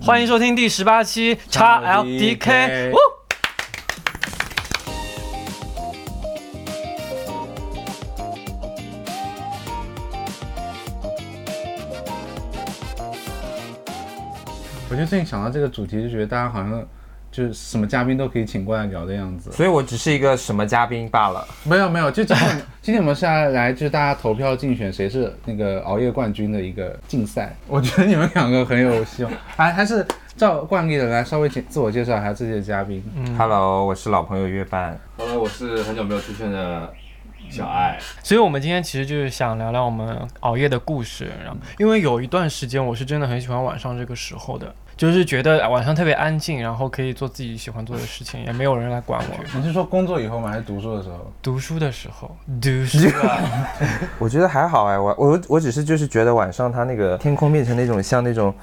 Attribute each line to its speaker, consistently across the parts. Speaker 1: 欢迎收听第十八期 XLDK。
Speaker 2: XLDK
Speaker 1: 呜
Speaker 2: 我就最近想到这个主题，就觉得大家好像就是什么嘉宾都可以请过来聊的样子。
Speaker 3: 所以我只是一个什么嘉宾罢了。
Speaker 2: 没有没有，就今天 今天我们是要来就是大家投票竞选谁是那个熬夜冠军的一个竞赛。我觉得你们两个很有希望， 还还是照惯例的来稍微简自我介绍一下自己的嘉宾。
Speaker 3: 嗯 Hello，我是老朋友约饭。
Speaker 4: 好了，我是很久没有出现的小爱，
Speaker 1: 所以，我们今天其实就是想聊聊我们熬夜的故事。然后，因为有一段时间，我是真的很喜欢晚上这个时候的，就是觉得啊晚上特别安静，然后可以做自己喜欢做的事情，也没有人来管我。
Speaker 2: 你是说工作以后吗？还是读书的时候？
Speaker 1: 读书的时候，读书啊，
Speaker 3: 我觉得还好哎，我我我只是就是觉得晚上它那个天空变成那种像那种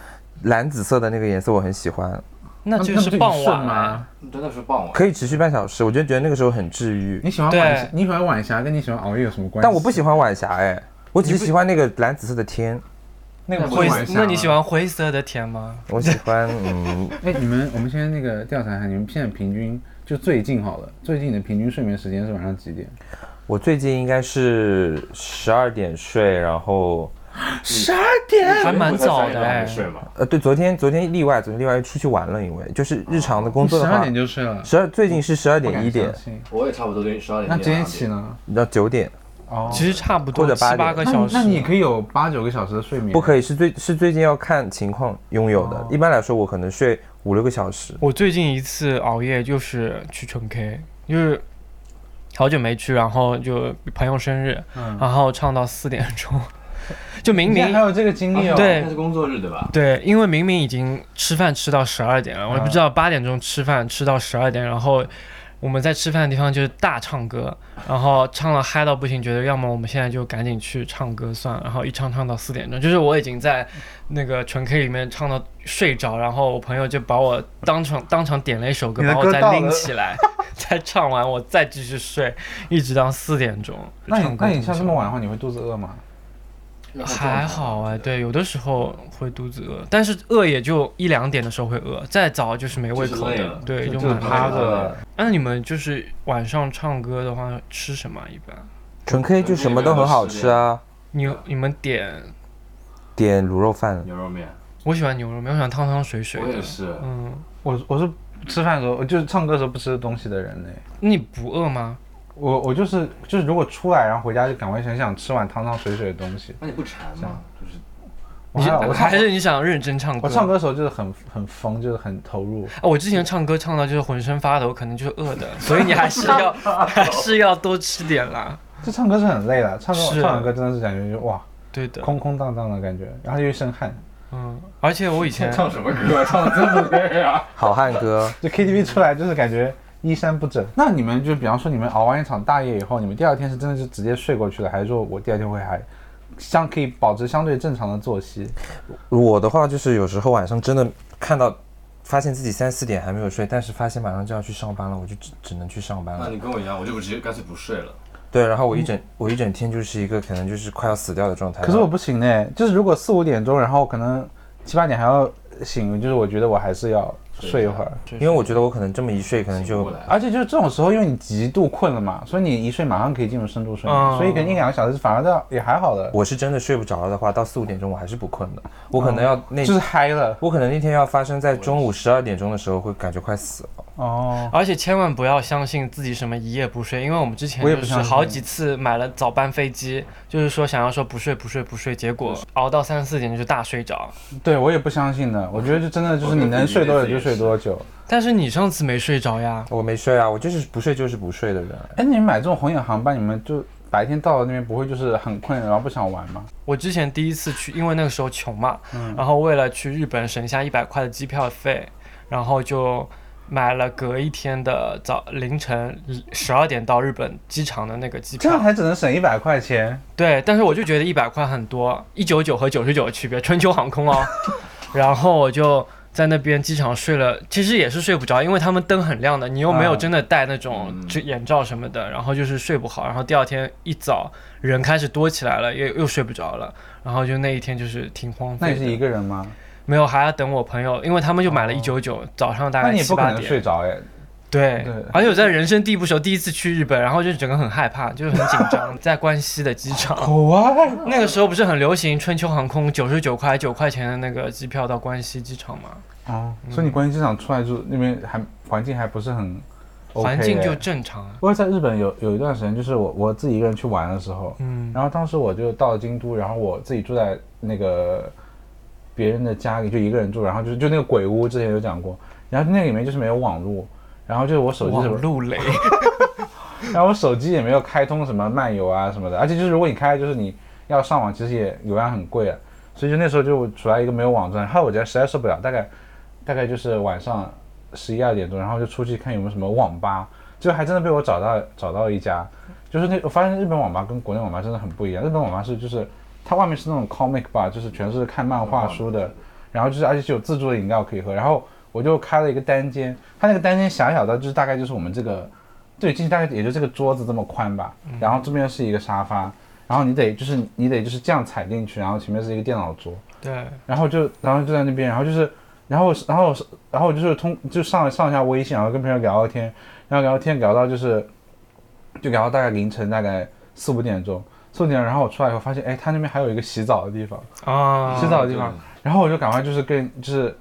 Speaker 3: 蓝紫色的那个颜色，我很喜欢，
Speaker 1: 那
Speaker 2: 那
Speaker 1: 就是傍晚啊
Speaker 2: 吗？？
Speaker 4: 真的是傍晚。
Speaker 3: 可以持续半小时，我就觉得那个时候很治愈。
Speaker 2: 你喜欢晚
Speaker 1: 对
Speaker 2: 你喜欢晚霞跟你喜欢熬夜有什么关系？
Speaker 3: 但我不喜欢晚霞哎，我只是喜欢那个蓝紫色的天，
Speaker 2: 那个不
Speaker 1: 灰
Speaker 2: 是晚，霞
Speaker 1: 那你喜
Speaker 2: 吗？
Speaker 1: 欢灰色的天吗？
Speaker 3: 我喜 欢嗯，
Speaker 2: 哎，你们我们先那个调查一下，你们现在平均就最近好了，最近你的平均睡眠时间是晚上几点？
Speaker 3: 我最近应该是十二点睡，然后
Speaker 2: 十二点
Speaker 1: 还蛮早的
Speaker 4: 还
Speaker 1: 哎
Speaker 4: 没睡嘛，
Speaker 3: 呃对，昨天昨天例外，昨天例外又出去玩了，因为就是日常的工作
Speaker 2: 十
Speaker 3: 的
Speaker 2: 二
Speaker 3: 话
Speaker 2: 点，就睡了，
Speaker 3: 十二最近是十二
Speaker 2: 不
Speaker 3: 点
Speaker 2: 敢
Speaker 3: 一点
Speaker 2: 相，信
Speaker 4: 我也差不多跟十二点。
Speaker 2: 那今天
Speaker 4: 起
Speaker 2: 起？呢？
Speaker 3: 到九点。
Speaker 2: 哦，
Speaker 1: 其实差不多
Speaker 3: 或者八
Speaker 1: 七
Speaker 3: 点
Speaker 1: 八个
Speaker 2: 那
Speaker 1: 小
Speaker 2: 你
Speaker 1: 时。
Speaker 2: 那你可以有八九个小时的睡眠，
Speaker 3: 不可以，是最是最近要看情况拥有的。一般来说，我可能睡五六个小时。
Speaker 1: 我最近一次熬夜就是去纯 K，就是好久没去，然后就朋友生日，
Speaker 2: 嗯
Speaker 1: 然后唱到四点钟，就明
Speaker 2: 你现在
Speaker 1: 明
Speaker 2: 还有这个精力哦。
Speaker 1: 啊对
Speaker 4: 那是工作日对吧？
Speaker 1: 对，因为明明已经吃饭吃到十二点
Speaker 2: 啊
Speaker 1: 了，我也不知道八点钟吃饭吃到十二点，然后我们在吃饭的地方就是大唱歌，然后唱了嗨到不行，觉得要么我们现在就赶紧去唱歌算了，然后一唱唱到四点钟，就是我已经在那个纯 K 里面唱到睡着，然后我朋友就把我当 场当场点了一首歌，
Speaker 2: 你的
Speaker 1: 把我
Speaker 2: 歌
Speaker 1: 再
Speaker 2: 到
Speaker 1: 拎
Speaker 2: 了
Speaker 1: 起来， 再唱完我再继续睡，一直到四点钟。
Speaker 2: 那
Speaker 1: 唱
Speaker 2: 你
Speaker 1: 歌
Speaker 2: 那你
Speaker 1: 挺
Speaker 2: 像这
Speaker 1: 久
Speaker 2: 么晚的话，你会肚子饿吗？
Speaker 1: 还好哎，对，有的时候会肚子饿，但是饿也就一两点的时候会饿，再早就是没胃
Speaker 4: 就是
Speaker 1: 口
Speaker 4: 累
Speaker 1: 的
Speaker 4: 了
Speaker 1: 对，
Speaker 2: 就
Speaker 1: 就
Speaker 2: 就
Speaker 1: 蛮
Speaker 2: 趴
Speaker 1: 累的。
Speaker 2: 着。
Speaker 1: 那你们就是晚上唱歌的话，吃什么啊？一般
Speaker 3: 纯 K 就什么都很好吃啊，
Speaker 1: 你你们点，
Speaker 3: 点卤肉饭，
Speaker 4: 牛肉面，
Speaker 1: 我喜欢牛肉面，我喜欢汤汤水水
Speaker 4: 我
Speaker 1: 的
Speaker 4: 也。是。
Speaker 1: 嗯，
Speaker 2: 我我是吃饭的时候，我就是唱歌的时候不吃东西的人呢。
Speaker 1: 你不饿吗？
Speaker 2: 我我就是就是如果出来然后回家就赶快想想吃碗汤汤水水的东西。
Speaker 4: 那你不馋吗？就是
Speaker 2: 我
Speaker 1: 你是
Speaker 2: 还我唱
Speaker 1: 还是你想认真唱歌？
Speaker 2: 我唱歌的时候就是很很疯，就是很投入。
Speaker 1: 啊，我之前唱歌唱到就是浑身发抖，可能就是饿的，所以你还 是要还是要多吃点啦。
Speaker 2: 这唱歌是很累的，唱歌
Speaker 1: 是
Speaker 2: 唱完歌真的是感觉就哇
Speaker 1: 对的，
Speaker 2: 空空荡荡的感觉，然后又一身汗。
Speaker 1: 嗯，而且我以前
Speaker 4: 唱什么
Speaker 1: 啊
Speaker 4: 歌？唱的这么累啊！
Speaker 3: 好汉歌。
Speaker 2: 就 KTV 出来就是感觉衣衫不整。那你们就比方说你们熬完一场大夜以后，你们第二天是真的是直接睡过去了，还是说我第二天会还相可以保持相对正常的作息？
Speaker 3: 我的话就是有时候晚上真的看到，发现自己三四点还没有睡，但是发现马上就要去上班了，我就只只能去上班
Speaker 4: 那
Speaker 3: 了。
Speaker 4: 你跟我一样，我就不直接干脆不睡了。
Speaker 3: 对，然后我一整、我一整天就是一个可能就是快要死掉的状态。
Speaker 2: 可是我不行呢，就是如果四五点钟，然后可能七八点还要醒，就是我觉得我还是啊要睡一会儿。
Speaker 3: 因为我觉得我可能这么一睡，可能
Speaker 4: 醒
Speaker 3: 就
Speaker 4: 不过来，
Speaker 2: 而且就是这种时候，因为你极度困了嘛，所以你一睡马上可以进入深度睡眠，
Speaker 1: 嗯
Speaker 2: 所以可能一两个小时反而倒也还好的，
Speaker 3: 我是真的睡不着了的话，到四五点钟我还是不困的，我可能要那、
Speaker 2: 哦就是嗨了。
Speaker 3: 我可能那天要发生在中午十二点钟的时候，会感觉快死了。
Speaker 2: 哦，
Speaker 1: 而且千万不要相信自己什么一夜不睡，因为我们之前
Speaker 2: 我也
Speaker 1: 就
Speaker 2: 不
Speaker 1: 是
Speaker 2: 相信
Speaker 1: 好几次买了早班飞机，就是说想要说不睡不睡不睡，结果熬到三四点就大睡着。
Speaker 2: 对我也不相信的，我觉得就真的就是你能睡多久就睡多
Speaker 1: 哦
Speaker 2: 久。
Speaker 1: 但是你上次没睡着呀，
Speaker 3: 我没睡啊，我就是不睡就是不睡的人。
Speaker 2: 哎，你们买这种红眼航班，你们就白天到了那边不会就是很困，然后不想玩吗？
Speaker 1: 我之前第一次去，因为那个时候穷嘛，
Speaker 2: 嗯
Speaker 1: 然后为了去日本省下一百块的机票费，然后就买了隔一天的早凌晨十二点到日本机场的那个机
Speaker 2: 这样
Speaker 1: 票。
Speaker 2: 还只能省一百块钱。
Speaker 1: 对，但是我就觉得一百块很多，一九九和九十九的区别，春秋航空 哦。然后我就在那边机场睡了，其实也是睡不着，因为他们灯很亮的，你又没有
Speaker 2: 啊
Speaker 1: 真的戴那种
Speaker 4: 嗯
Speaker 1: 就眼罩什么的，然后就是睡不好。然后第二天一早人开始多起来了，又又睡不着了，然后就那一天就是挺荒
Speaker 2: 那
Speaker 1: 废
Speaker 2: 你是一
Speaker 1: 的。
Speaker 2: 个人吗？
Speaker 1: 没有还要等我朋友，因为他们就买了一九九，早上大
Speaker 2: 那
Speaker 1: 概
Speaker 2: 你
Speaker 1: 七
Speaker 2: 不可
Speaker 1: 八
Speaker 2: 能
Speaker 1: 点。
Speaker 2: 睡着哎，
Speaker 1: 对，
Speaker 2: 对
Speaker 1: 而且我在人生地不熟，第一次去日本，然后就整个很害怕，就是很紧张， 在关西的机场。
Speaker 2: 好啊，
Speaker 1: 那个时候不是很流行春秋航空九十九块九块钱的那个机票到关西机场吗？
Speaker 2: 哦，所以你关于机场出来就那边还环境还不是很 OK，
Speaker 1: 环境就
Speaker 2: 哎
Speaker 1: 正常。啊
Speaker 2: 不过在日本有有一段时间，就是我我自己一个人去玩的时候，
Speaker 1: 嗯，
Speaker 2: 然后当时我就到了京都，然后我自己住在那个别人的家里，就一个人住，然后就是就那个鬼屋，之前有讲过，然后那里面就是没有网络，然后就是我手机
Speaker 1: 网
Speaker 2: 什么，
Speaker 1: 路雷，
Speaker 2: 然后我手机也没有开通什么漫游啊什么的，而且就是如果你开，就是你要上网，其实也流量很贵啊，所以就那时候就处在一个没有网站，后来我觉得实在受不了，大概大概就是晚上十一二点钟，然后就出去看有没有什么网吧，就还真的被我找到找到一家，就是那我发现日本网吧跟国内网吧真的很不一样，日本网吧是就是它外面是那种 comic bar，就是全是看漫画书的，然后就是而且是有自助的饮料可以喝，然后我就开了一个单间，它那个单间狭小到就是大概就是我们这个对，进去大概也就这个桌子这么宽吧，然后这边是一个沙发，然后你得就是你得就是这样踩进去，然后前面是一个电脑桌。
Speaker 1: 对，
Speaker 2: 然后就然后就在那边，然后就是，然后然后然后我就是通就上上一下微信，然后跟朋友聊聊天，然后聊天聊到就是，就聊到大概凌晨大概四五点钟，四五点钟，然后我出来以后发现，哎，他那边还有一个洗澡的地方，
Speaker 1: 啊，
Speaker 2: 洗澡的地方，然后我就赶快就是跟就是，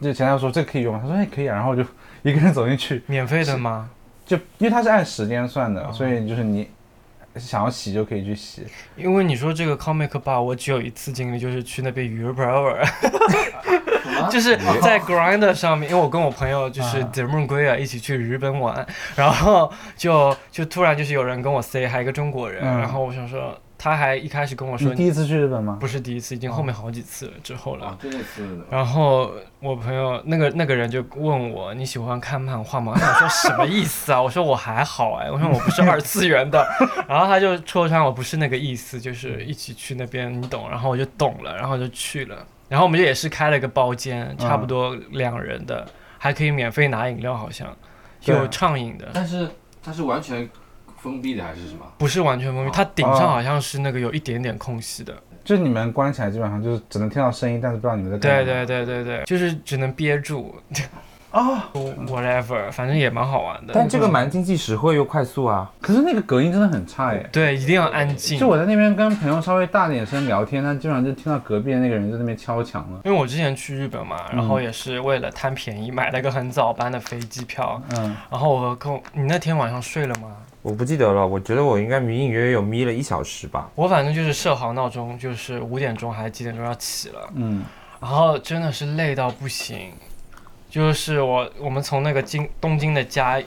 Speaker 2: 就前台说这可以用吗？他说哎可以啊，然后我就一个人走进去，
Speaker 1: 免费的吗？
Speaker 2: 就因为它是按时间算的，所以就是你想要洗就可以去洗，
Speaker 1: 因为你哦说这个 comic bar，我只有一次经历，就是去那边 u r b r
Speaker 4: 啊
Speaker 2: 啊
Speaker 1: 就是在 Grinder 上面，因为我跟我朋友就是 d e m o n g u y a 一起去日本玩，然后就就突然就是有人跟我 say，还有一个中国人，
Speaker 2: 嗯
Speaker 1: 然后我想说，他还一开始跟我
Speaker 2: 你
Speaker 1: 说
Speaker 2: 第一次去日本吗？
Speaker 1: 不是第一次，已经后面好几次了之后了
Speaker 4: 啊，。就那次
Speaker 1: 然后我朋友那个那个人就问我你喜欢看漫画吗？我想说什么意思啊？我 说我还好哎，我说我不是二次元的。 然后他就戳穿我不是那个意思，就是一起去那边你懂。然后我就懂了，然后就去了。然后我们就也是开了一个包间，差不多两人的，还可以免费拿饮料，好像
Speaker 2: 对
Speaker 1: 有畅饮的，
Speaker 4: 但是它是完全封闭的还是什么？
Speaker 1: 不是完全封闭。它顶
Speaker 2: 哦
Speaker 1: 上好像是那个有一点点空隙的。
Speaker 2: 就你们关起来基本上就是只能听到声音，但是不知道你们在干嘛。
Speaker 1: 对对对对对，就是只能憋住。啊、w h a t e v e r 反正也蛮好玩的。
Speaker 3: 但这个蛮经济实惠又快速啊。
Speaker 2: 可是那个隔音真的很差耶。
Speaker 1: 对，一定要安静。
Speaker 2: 就我在那边跟朋友稍微大点声聊天，他基本上就听到隔壁的那个人在那边敲墙了。
Speaker 1: 因为我之前去日本嘛，然后也是为了贪便宜买了个很早班的飞机票，
Speaker 2: 嗯，
Speaker 1: 然后我跟我你那天晚上睡了吗？
Speaker 3: 我不记得了，我觉得我应该隐隐约约有眯了一小时吧。
Speaker 1: 我反正就是设好闹钟，就是五点钟还是几点钟要起了，
Speaker 2: 嗯，
Speaker 1: 然后真的是累到不行，就是我我们从那个京东京的家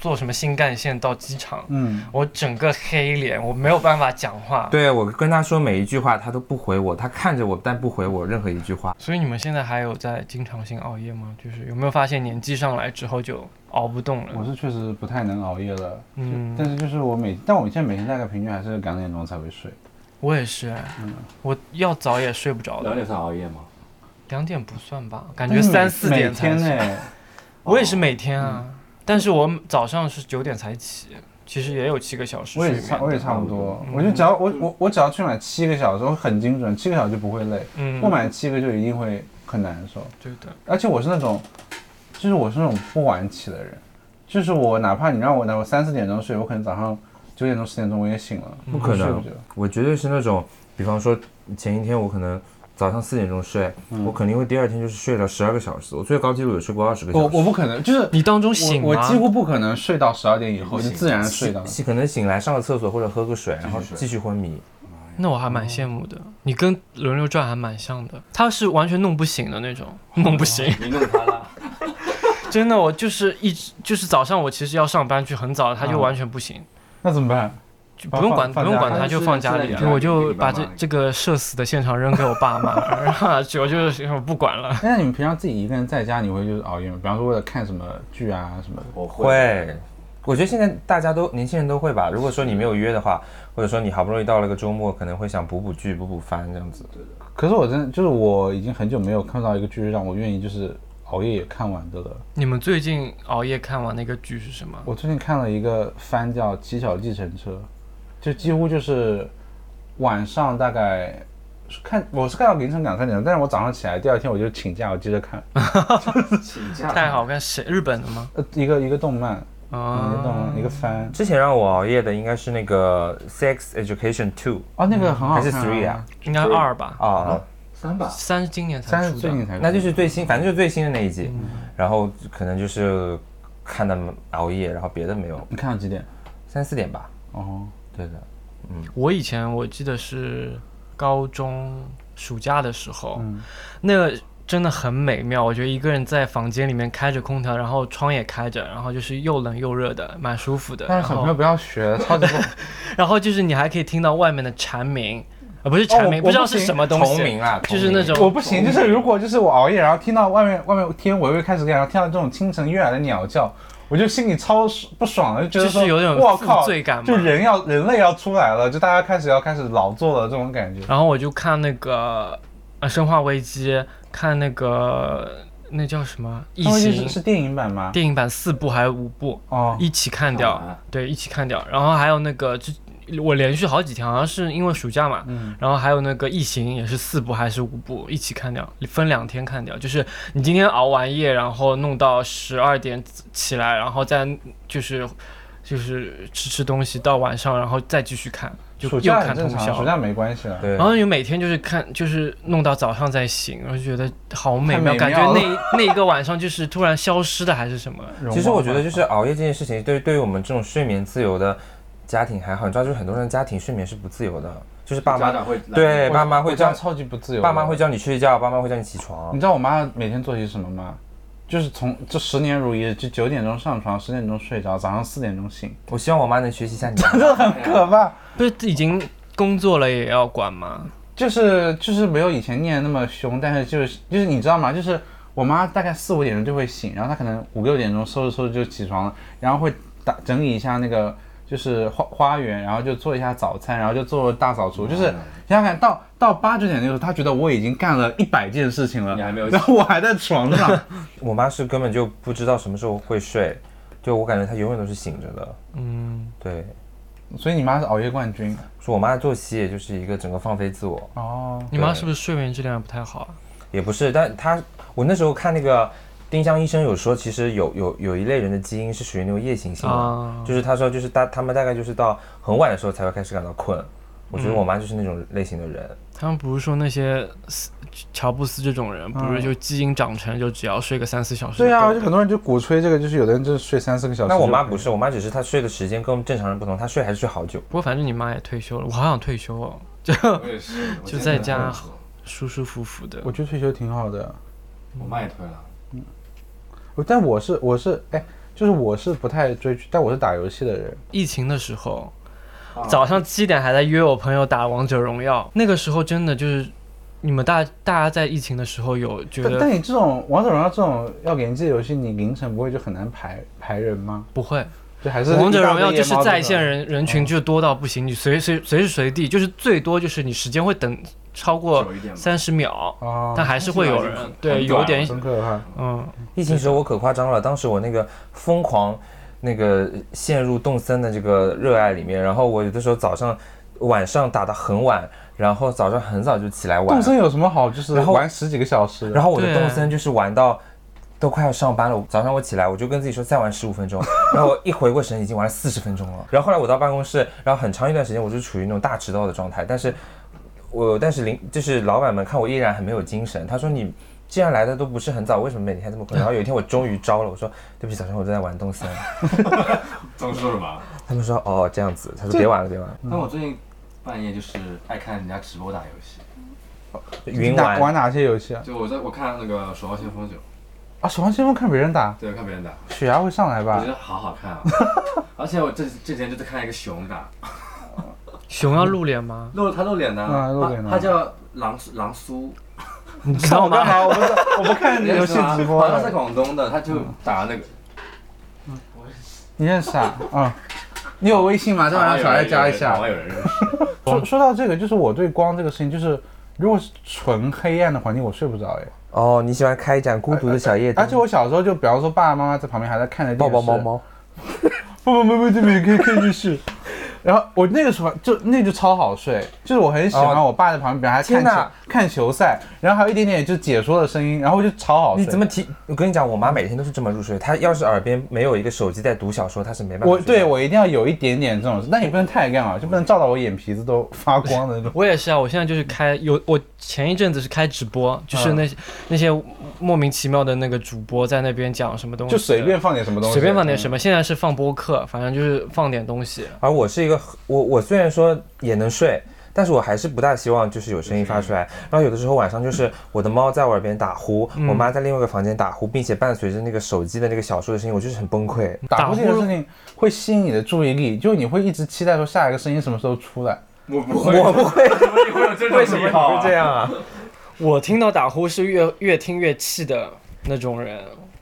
Speaker 1: 坐什么新干线到机场，
Speaker 2: 嗯，
Speaker 1: 我整个黑脸，我没有办法讲话，
Speaker 3: 对我跟他说每一句话，他都不回我，他看着我但不回我任何一句话。
Speaker 1: 所以你们现在还有在经常性熬夜吗？就是有没有发现年纪上来之后就熬不动
Speaker 2: 嗯我
Speaker 1: 了？
Speaker 2: 是确实不太能熬夜了，
Speaker 1: 嗯
Speaker 2: 但是就是我每，但我现在每天大概平均还是两点钟才会睡。
Speaker 1: 我也是，
Speaker 2: 嗯
Speaker 1: 我要早也睡不着
Speaker 4: 两
Speaker 1: 的，
Speaker 4: 点算熬夜吗？
Speaker 1: 两点不算吧，感
Speaker 2: 感
Speaker 1: 觉三四点
Speaker 2: 每
Speaker 1: 才
Speaker 2: 天
Speaker 1: 睡。
Speaker 2: 呢，哦嗯
Speaker 1: 我也是每天啊，但是我早上是九点才起，其实也有七个小时
Speaker 2: 我
Speaker 1: 睡
Speaker 2: 也差我
Speaker 1: 眠。
Speaker 2: 也差不多，我就只要我我我只要去买七个小时，我很精准，七个小时就不会累，
Speaker 1: 嗯，
Speaker 2: 不买七个就一定会很难受。
Speaker 1: 对的，
Speaker 2: 而且我是那种，就是我是那种不晚起的人，就是我哪怕你让我哪我三四点钟睡，我可能早上九点钟十点钟我也醒了，
Speaker 3: 不可
Speaker 2: 睡
Speaker 3: 能
Speaker 2: 不着。
Speaker 3: 我绝对是那种，比方说前一天我可能早上四点钟睡，我肯定会第二天就是睡了十二个小时。我最高纪录有睡过二十个小
Speaker 2: 我
Speaker 3: 时。
Speaker 2: 我不可能，就是
Speaker 1: 你当中醒吗
Speaker 2: 我我几乎不可能睡到十二点以后
Speaker 4: 不
Speaker 2: 就
Speaker 4: 行
Speaker 2: 自然睡到
Speaker 3: 醒。醒可能醒来上个厕所或者喝个水，然后
Speaker 4: 睡
Speaker 3: 继续昏迷。
Speaker 1: 那我还蛮羡慕的。你跟《轮流转》还蛮像的，他是完全弄不醒的那种，
Speaker 2: 哦
Speaker 1: 弄不醒。
Speaker 4: 你弄他 了，
Speaker 1: 真的，我就是一直就是早上我其实要上班去很早，他
Speaker 2: 哦
Speaker 1: 就完全不行。
Speaker 2: 那怎么办？
Speaker 1: 就
Speaker 2: 把
Speaker 1: 不用管，
Speaker 2: 放
Speaker 1: 不
Speaker 2: 放
Speaker 1: 用
Speaker 2: 家
Speaker 1: 管
Speaker 4: 里
Speaker 1: 他，就放家里
Speaker 4: 现在现在
Speaker 1: 了。我就
Speaker 4: 你爸
Speaker 1: 把
Speaker 4: 妈
Speaker 1: 这
Speaker 4: 那个
Speaker 1: 这个社死的现场扔给我爸妈，然 后我就是不管了。
Speaker 2: 哎那你们平常自己一个人在家，你会就是熬夜吗？比方说为了看什么剧啊什么的。
Speaker 4: 我会
Speaker 3: 会，我觉得现在大家都年轻人都会吧。如果说你没有约的话，或者说你好不容易到了个周末，可能会想补补剧、补补番这样子。
Speaker 2: 可是我真的就是我已经很久没有看到一个剧让我愿意就是熬夜也看完的了。
Speaker 1: 你们最近熬夜看完那个剧是什么？
Speaker 2: 我最近看了一个番叫《骑小计程车》，就几乎就是晚上大概看我是看到凌晨两三点，但是我早上起来第二天我就请假，我接着看，
Speaker 4: 请假
Speaker 1: 太好看，谁日本的吗？嗯
Speaker 2: 呃，一个一个动漫，一个动
Speaker 1: 啊，
Speaker 2: 漫一个番，
Speaker 3: 之前让我熬夜的应该是那个《Sex Education Two
Speaker 2: 哦，那个很》好
Speaker 3: 还
Speaker 2: 看，
Speaker 3: 是 Three 啊？？
Speaker 1: 应该二吧，
Speaker 4: 嗯
Speaker 3: 啊，
Speaker 4: 三吧，
Speaker 1: 三是今年
Speaker 2: 三
Speaker 1: 才
Speaker 2: 是
Speaker 1: 出
Speaker 2: 最近
Speaker 1: 的。
Speaker 2: 才出，
Speaker 3: 那就是最新，反正就是最新的那一季。
Speaker 4: 嗯
Speaker 3: 然后可能就是看的熬夜，然后别的没有，
Speaker 2: 你看到几点？
Speaker 3: 三四点吧。
Speaker 2: 哦，
Speaker 3: 对的，
Speaker 1: 我以前我记得是高中暑假的时候，那个真的很美妙。我觉得一个人在房间里面开着空调，然后窗也开着，然后就是又冷又热的，蛮舒服的。
Speaker 2: 但
Speaker 1: 然
Speaker 2: 是小朋友
Speaker 1: 后，
Speaker 2: 不要 学，超级不
Speaker 1: 然后就是你还可以听到外面的蝉鸣，呃，不是
Speaker 2: 哦
Speaker 1: 蝉
Speaker 2: 我
Speaker 1: 鸣，
Speaker 2: 我
Speaker 1: 不知道
Speaker 2: 不
Speaker 1: 是
Speaker 2: 行
Speaker 1: 什么东
Speaker 3: 同
Speaker 1: 西，
Speaker 3: 名啊，
Speaker 1: 就是那种
Speaker 2: 我不行，就是如果就是我熬夜，然后听到外面外面天微微开始亮，然后听到这种清晨悦耳的鸟叫，我就心里超不爽了，就觉得说
Speaker 1: 就是有点
Speaker 2: 我靠
Speaker 1: 负罪感嘛
Speaker 2: 就人要人类要出来了，就大家开始要开始劳作了这种感觉。
Speaker 1: 然后我就看那个呃《生化危机》，看那个那叫什么《异
Speaker 2: 他们
Speaker 1: 形
Speaker 2: 哦是》是电影版吗？
Speaker 1: 电影版四部还是五部
Speaker 2: 哦，
Speaker 1: 一起看掉
Speaker 4: 看完，
Speaker 1: 对，一起看掉。然后还有那个就。我连续好几天，好像是因为暑假嘛，
Speaker 2: 嗯
Speaker 1: 然后还有那个《异形》也是四部还是五部一起看掉，分两天看掉。就是你今天熬完夜，然后弄到十二点起来，然后再就是就是吃吃东西，到晚上然后再继续看，就
Speaker 2: 暑
Speaker 1: 又
Speaker 2: 假
Speaker 1: 看
Speaker 2: 很
Speaker 1: 通
Speaker 2: 正
Speaker 1: 宵
Speaker 2: 常，。暑假没关系了。
Speaker 3: 对
Speaker 1: 然，后你每天就是看，就是弄到早上再醒，我就觉得好美妙，
Speaker 2: 太美妙
Speaker 1: 感觉
Speaker 2: 了
Speaker 1: 那那一个晚上就是突然消失的还是什么。
Speaker 2: 容
Speaker 3: 其实
Speaker 2: 貌
Speaker 3: 我觉得
Speaker 2: 吧
Speaker 3: 就是熬夜这件事情，对于对于我们这种睡眠自由的家庭还好，你知道，就是很多人家庭睡眠是不自由的，就是爸
Speaker 4: 家
Speaker 3: 妈
Speaker 4: 长会来
Speaker 3: 对
Speaker 2: 我
Speaker 3: 爸妈
Speaker 2: 我
Speaker 3: 会
Speaker 2: 这
Speaker 3: 叫
Speaker 2: 样超级不自由的，
Speaker 3: 爸妈会叫你睡觉，爸妈会叫你起床
Speaker 2: 你。知道我妈每天做些什么吗？就是从这十年如一日，就九点钟上床，十点钟睡着，早上四点钟醒，
Speaker 3: 我希望我妈能学习一下你。
Speaker 2: 很可怕。
Speaker 1: 不是已经工作了也要管吗？
Speaker 2: 就是就是没有以前念的那么凶，但是就是就是你知道吗？就是我妈大概四五点钟就会醒，然后她可能五六点钟收拾收拾就起床了，然后会打整理一下那个就是花花园，然后就做一下早餐，然后就做大扫除。
Speaker 4: 嗯
Speaker 2: 就是想想看到到八九点的时候，她觉得我已经干了一百件事情了，
Speaker 4: 你还没有
Speaker 2: 然后我还在床上，
Speaker 3: 我妈是根本就不知道什么时候会睡，就我感觉她永远都是醒着的。
Speaker 1: 嗯，
Speaker 3: 对，
Speaker 2: 所以你妈是熬夜冠军
Speaker 3: 说我妈的作息也就是一个整个放飞自我，
Speaker 2: 哦。
Speaker 1: 你妈
Speaker 3: 对
Speaker 1: 是不是睡眠质量不太好啊？
Speaker 3: 也不是，但她我那时候看那个丁香医生有说，其实有有有一类人的基因是属于那种夜行性的，
Speaker 1: 啊
Speaker 3: 就是他说就是大他们大概就是到很晚的时候才会开始感到困。我
Speaker 2: 嗯
Speaker 3: 觉得我妈就是那种类型的人，
Speaker 1: 他们不是说那些斯乔布斯这种人，不是就基因长成就只要睡个三四小时就够
Speaker 2: 对
Speaker 1: 了？
Speaker 2: 啊，就很多人就鼓吹这个，就是有的人就是睡三四个小时。
Speaker 3: 那我妈不，
Speaker 2: 嗯
Speaker 3: 是，我妈只是她睡的时间跟正常人不同，她睡还是睡好久。
Speaker 1: 不过反正你妈也退休了，我好想退休哦，
Speaker 4: 嗯我也是，我
Speaker 1: 就
Speaker 4: 真
Speaker 1: 在
Speaker 4: 的
Speaker 1: 家
Speaker 4: 很爽
Speaker 1: 舒舒服服的
Speaker 2: 我。觉得退休挺好的。
Speaker 4: 我妈也退了，
Speaker 2: 我但我是我是哎，就是我是不太追剧，但我是打游戏的人。
Speaker 1: 疫情的时候，
Speaker 4: 啊
Speaker 1: 嗯早上七点还在约我朋友打王者荣耀，那个时候真的就是，你们大大家在疫情的时候有觉
Speaker 2: 但
Speaker 1: 得
Speaker 2: 但你这种王者荣耀这种要联机的游戏，你凌晨不会就很难排排人吗？
Speaker 1: 不会，
Speaker 2: 就还是
Speaker 1: 王者荣耀
Speaker 2: 一大堆
Speaker 1: 就
Speaker 2: 夜
Speaker 1: 是
Speaker 2: 猫子
Speaker 1: 在线人人群就多到不行，你随随随时随地就是最多就是你时间会等超过
Speaker 4: 久一点吧
Speaker 1: 三十秒，
Speaker 2: 哦，
Speaker 1: 但还是会有
Speaker 4: 那就
Speaker 1: 人
Speaker 4: 很
Speaker 1: 对
Speaker 4: 很
Speaker 1: 有
Speaker 4: 短
Speaker 1: 点
Speaker 2: 很可怕。
Speaker 1: 嗯，
Speaker 3: 疫情时候我可夸张了，当时我那个疯狂那个陷入动森的这个热爱里面，然后我有的时候早上、晚上打到很晚，然后早上很早就起来玩
Speaker 2: 动，森有什么好？就是
Speaker 3: 然后
Speaker 2: 玩十几个小时的，
Speaker 3: 然后我的
Speaker 1: 对
Speaker 3: 动森就是玩到。都快要上班了，早上我起来我就跟自己说再玩十五分钟，然后我一回过神已经玩了四十分钟了。然后后来我到办公室，然后很长一段时间我就处于那种大迟到的状态，但是我但是领就是老板们看我依然很没有精神，他说你既然来的都不是很早，为什么每天还这么困？然后有一天我终于招了，我说对不起，早上我正在玩动森。
Speaker 4: 这么说什么？
Speaker 3: 他们说哦这样子，他说别玩了别玩了，
Speaker 4: 但我最近半夜就是爱看人家直播打游戏，
Speaker 3: 云
Speaker 2: 你打玩
Speaker 3: 玩
Speaker 2: 哪些游戏啊？
Speaker 4: 就我在我看那个《守望先锋九》，
Speaker 2: 啊，守望先锋看别人打，
Speaker 4: 对，看别人打，
Speaker 2: 血压会上来
Speaker 4: 我
Speaker 2: 吧
Speaker 4: 觉？得好好看啊！而且我这这几天就在看一个熊打，
Speaker 1: 熊要露脸吗？
Speaker 4: 露他露脸的，啊
Speaker 2: 嗯露脸的
Speaker 4: 他他叫狼苏狼苏，
Speaker 1: 你知道吗？
Speaker 2: 干嘛？我不知道，我不看游戏直播
Speaker 4: 好像是
Speaker 2: 的。
Speaker 4: 广东的，他就打那个，
Speaker 2: 你认识啊？啊，你有微信吗？这玩意儿小爱加一下
Speaker 4: 好。像有人认识。
Speaker 2: 说说到这个，就是我对光这个事情，就是如果是纯黑暗的环境，我睡不着哎。
Speaker 3: 哦，你喜欢开一盏孤独的小夜灯
Speaker 2: 而，且我小时候啊就，比方说爸爸妈妈在旁边还在看着电
Speaker 3: 抱
Speaker 2: 视，
Speaker 3: 抱猫，猫。
Speaker 2: 抱抱猫猫，对不对？可以可以去试。 然后我那个时候就那就超好睡，就是我很喜欢
Speaker 3: 哦
Speaker 2: 我爸在旁边，还看
Speaker 3: 天哪
Speaker 2: 球看球赛，然后还有一点点就解说的声音，然后我就超
Speaker 1: 哦
Speaker 2: 好睡。
Speaker 3: 你怎么提？我跟你讲，我妈每天都是这么入睡。她要是耳边没有一个手机在读小说，她是没办法
Speaker 2: 我
Speaker 3: 睡觉的。
Speaker 2: 对我一定要有一点点这种，但也不能太干嘛，就不能照到我眼皮子都发光的那 种。
Speaker 1: 我也是啊，我现在就是开有我前一阵子是开直播，就是
Speaker 2: 嗯
Speaker 1: 那些、那些莫名其妙的那个主播在那边讲什么东西，
Speaker 2: 就随便放点什么东西，
Speaker 1: 随便放点什
Speaker 2: 么。
Speaker 1: 么。现在是放播客，反正就是放点东西。
Speaker 3: 而我是一个，我我虽然说也能睡，但是我还是不大希望就是有声音发出来。然后有的时候晚 上就是我的猫在我耳边打呼，
Speaker 1: 嗯
Speaker 3: 我妈在另外一个房间打呼，并且伴随着那个手机的那个小说的声音，我就是很崩溃。
Speaker 2: 打呼这
Speaker 1: 打
Speaker 2: 个
Speaker 1: 呼
Speaker 2: 事情会吸引你的注意力，就你会一直期待说下一个声音什么时候出来。
Speaker 4: 我不会，
Speaker 3: 我不会，
Speaker 4: 怎么你会有这种
Speaker 3: 为什么
Speaker 4: 癖
Speaker 3: 你
Speaker 4: 好
Speaker 1: 哦
Speaker 3: 会
Speaker 4: 啊
Speaker 3: 这？样 啊？
Speaker 1: 我听到打呼是越越听越气的那种人，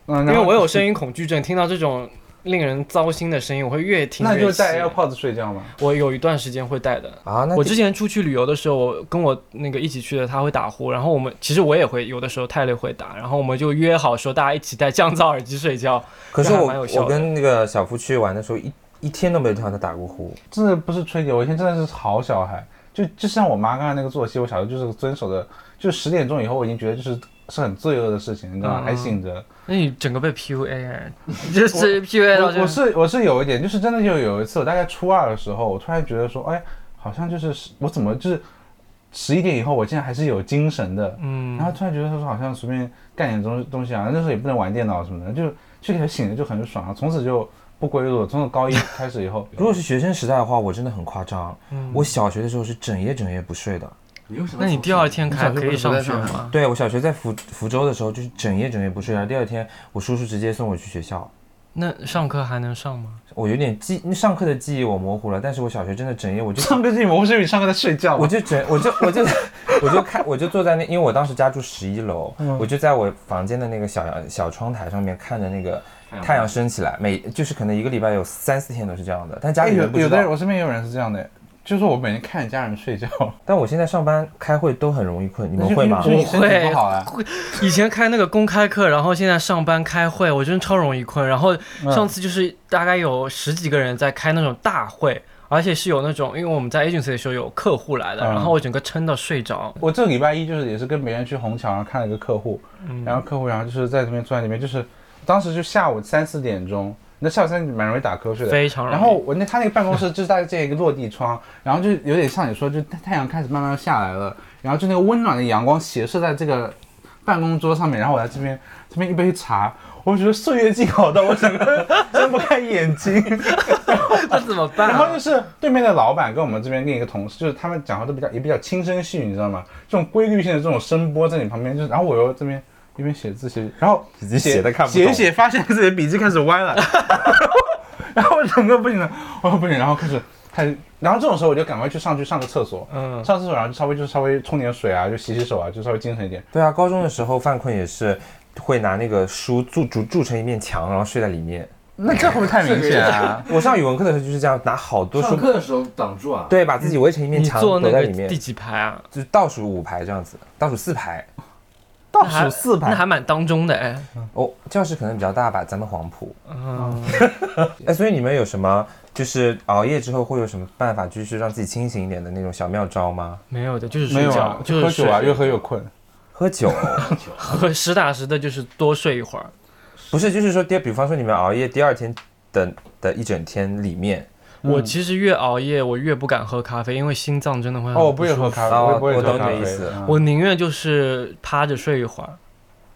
Speaker 2: 嗯，
Speaker 1: 因
Speaker 2: 然
Speaker 1: 为
Speaker 2: 后
Speaker 1: 我有声音恐惧症，听到这种令人糟心的声音，我会越听越
Speaker 2: 那
Speaker 1: 气。
Speaker 2: 就戴 AirPods 睡觉嘛。
Speaker 1: 我有一段时间会戴的。
Speaker 3: 啊，那
Speaker 1: 我之前出去旅游的时候，我跟我那个一起去的，他会打呼，然后我们其实我也会，有的时候太累会打，然后我们就约好说大家一起戴降噪耳机睡觉。
Speaker 3: 可是
Speaker 1: 这还
Speaker 3: 我
Speaker 1: 蛮有效的
Speaker 3: 我跟那个小夫去玩的时候，一一天都没有听到他打过呼。
Speaker 2: 真的不是吹牛，我以前真的是好小孩，就就像我妈刚才那个作息，我小时候就是遵守的，就十点钟以后我已经觉得就是是很罪恶的事情，你知道
Speaker 1: 嗯
Speaker 2: 吗？还醒着。
Speaker 1: 那你整个被 PUA，哎 就是 PUA 到
Speaker 2: 我我
Speaker 1: 这。
Speaker 2: 是我是有一点，就是真的就有一次，我大概初二的时候，我突然觉得说，哎，好像就是我怎么就是十一点以后，我竟然还是有精神的，
Speaker 1: 嗯
Speaker 2: 然后突然觉得说好像随便干点东东西啊，那时候也不能玩电脑什么的，就就给醒着就很爽啊，从此就不归路了。从我高一开始以 后，
Speaker 3: 如果是学生时代的话，我真的很夸张。
Speaker 1: 嗯
Speaker 3: 我小学的时候是整夜整夜不睡的。
Speaker 4: 你为什么
Speaker 1: 那你第二天开
Speaker 4: 你小
Speaker 1: 可
Speaker 4: 时候不
Speaker 1: 以
Speaker 4: 是
Speaker 1: 上
Speaker 4: 不在
Speaker 1: 学
Speaker 4: 上海
Speaker 1: 吗？
Speaker 3: 对我小学在福福州的时候，就是整夜整夜不睡，然后第二天我叔叔直接送我去学校。
Speaker 1: 那上课还能上吗？
Speaker 3: 我有点记上课的记忆我模糊了，但是我小学真的整夜我就
Speaker 2: 上课之前我不是你上课在睡觉
Speaker 3: 我
Speaker 2: 吗？
Speaker 3: 就整我就我就我就看我就坐在那，因为我当时家住十一楼，
Speaker 2: 嗯
Speaker 3: 我就在我房间的那个小阳小窗台上面看着那个太阳升起来，每就是可能一个礼拜有三四天都是这样的，但家
Speaker 2: 哎
Speaker 3: 里
Speaker 2: 有
Speaker 3: 人不知
Speaker 2: 有
Speaker 3: 道
Speaker 2: 的。人我身边也有人是这样的，就是我每天看家人睡觉，
Speaker 3: 但我现在上班开会都很容易困，你
Speaker 2: 那
Speaker 3: 们
Speaker 2: 就
Speaker 3: 会吗
Speaker 2: 就？你身体不好啊。
Speaker 1: 会以前开那个公开课，然后现在上班开会，我真的超容易困。然后
Speaker 2: 嗯
Speaker 1: 上次就是大概有十几个人在开那种大会，而且是有那种，因为我们在 agency 的时候有客户来的，
Speaker 2: 嗯
Speaker 1: 然后我整个撑到睡着。
Speaker 2: 我这个礼拜一就是也是跟别人去虹桥上看了一个客户，
Speaker 3: 嗯
Speaker 2: 然后客户然后就是在这边坐在那边，就是当时就下午三四点钟，那下午三点蛮容易打瞌睡的。
Speaker 1: 非常容易。
Speaker 2: 然后我那他那个办公室就是大概这样一个落地窗， 然后就有点像你说，就太太阳开始慢慢下来了，然后就那个温暖的阳光斜射在这个办公桌上面，然后我在这边这边一杯茶，我觉得岁月静好到我整个人睁不开眼睛。
Speaker 1: 那怎么办、啊
Speaker 2: 然后就是对面的老板跟我们这边另一个同事，就是他们讲话都比较也比较轻声细语，你知道吗？这种规律性的这种声波在你旁边，就是然后我又这边一边写字写，然后
Speaker 3: 笔记写得看不懂
Speaker 2: 写一写发现自己的笔记开始歪 了，然后我整个不行了，我哦说不行，然后开始开始，然后这种时候我就赶快去上去上个厕所，
Speaker 1: 嗯，
Speaker 2: 上厕所然后就稍微就稍微冲点水啊，就洗洗手啊，就稍微精神一点。
Speaker 3: 对啊，高中的时候犯困也是会拿那个书筑筑筑成一面墙，然后睡在里面。
Speaker 2: 那这会不会太明显啊？
Speaker 3: 我上语文课的时候就是这样，拿好多书
Speaker 4: 上课的时候挡住啊？
Speaker 3: 对，把自己围成一面
Speaker 1: 你
Speaker 3: 墙，
Speaker 1: 坐那
Speaker 3: 躲在
Speaker 1: 个
Speaker 3: 里面
Speaker 1: 第，几排啊？
Speaker 3: 就是倒数五排这样子，倒数四排。
Speaker 2: 倒
Speaker 1: 那还
Speaker 2: 数四
Speaker 1: 那
Speaker 2: 排，
Speaker 1: 还蛮当中的哎。
Speaker 3: 哦，教室可能比较大吧，咱们黄埔。
Speaker 1: 嗯，
Speaker 3: 哎，所以你们有什么就是熬夜之后会有什么办法，就是让自己清醒一点的那种小妙招吗？
Speaker 1: 没有的，就是
Speaker 2: 没
Speaker 1: 睡
Speaker 2: 有
Speaker 1: 觉，
Speaker 2: 啊，
Speaker 1: 就是
Speaker 2: 喝酒啊，
Speaker 1: 睡
Speaker 2: 越喝越困。
Speaker 3: 喝酒
Speaker 1: 喝实打实的，就是多睡一会儿。
Speaker 3: 不是，就是说第，比方说你们熬夜第二天的的一整天里面，
Speaker 2: 嗯
Speaker 1: 我其实越熬夜，我越不敢喝咖啡，因为心脏真的会很
Speaker 2: 哦，我不
Speaker 1: 嗯舒
Speaker 2: 也
Speaker 1: 服
Speaker 2: 喝咖啡，
Speaker 3: 哦
Speaker 2: 我也不会
Speaker 3: 我
Speaker 2: 喝
Speaker 3: 懂
Speaker 2: 咖
Speaker 3: 你的
Speaker 2: 啡
Speaker 3: 意思。
Speaker 2: 嗯
Speaker 1: 我宁愿就是趴着睡一会儿。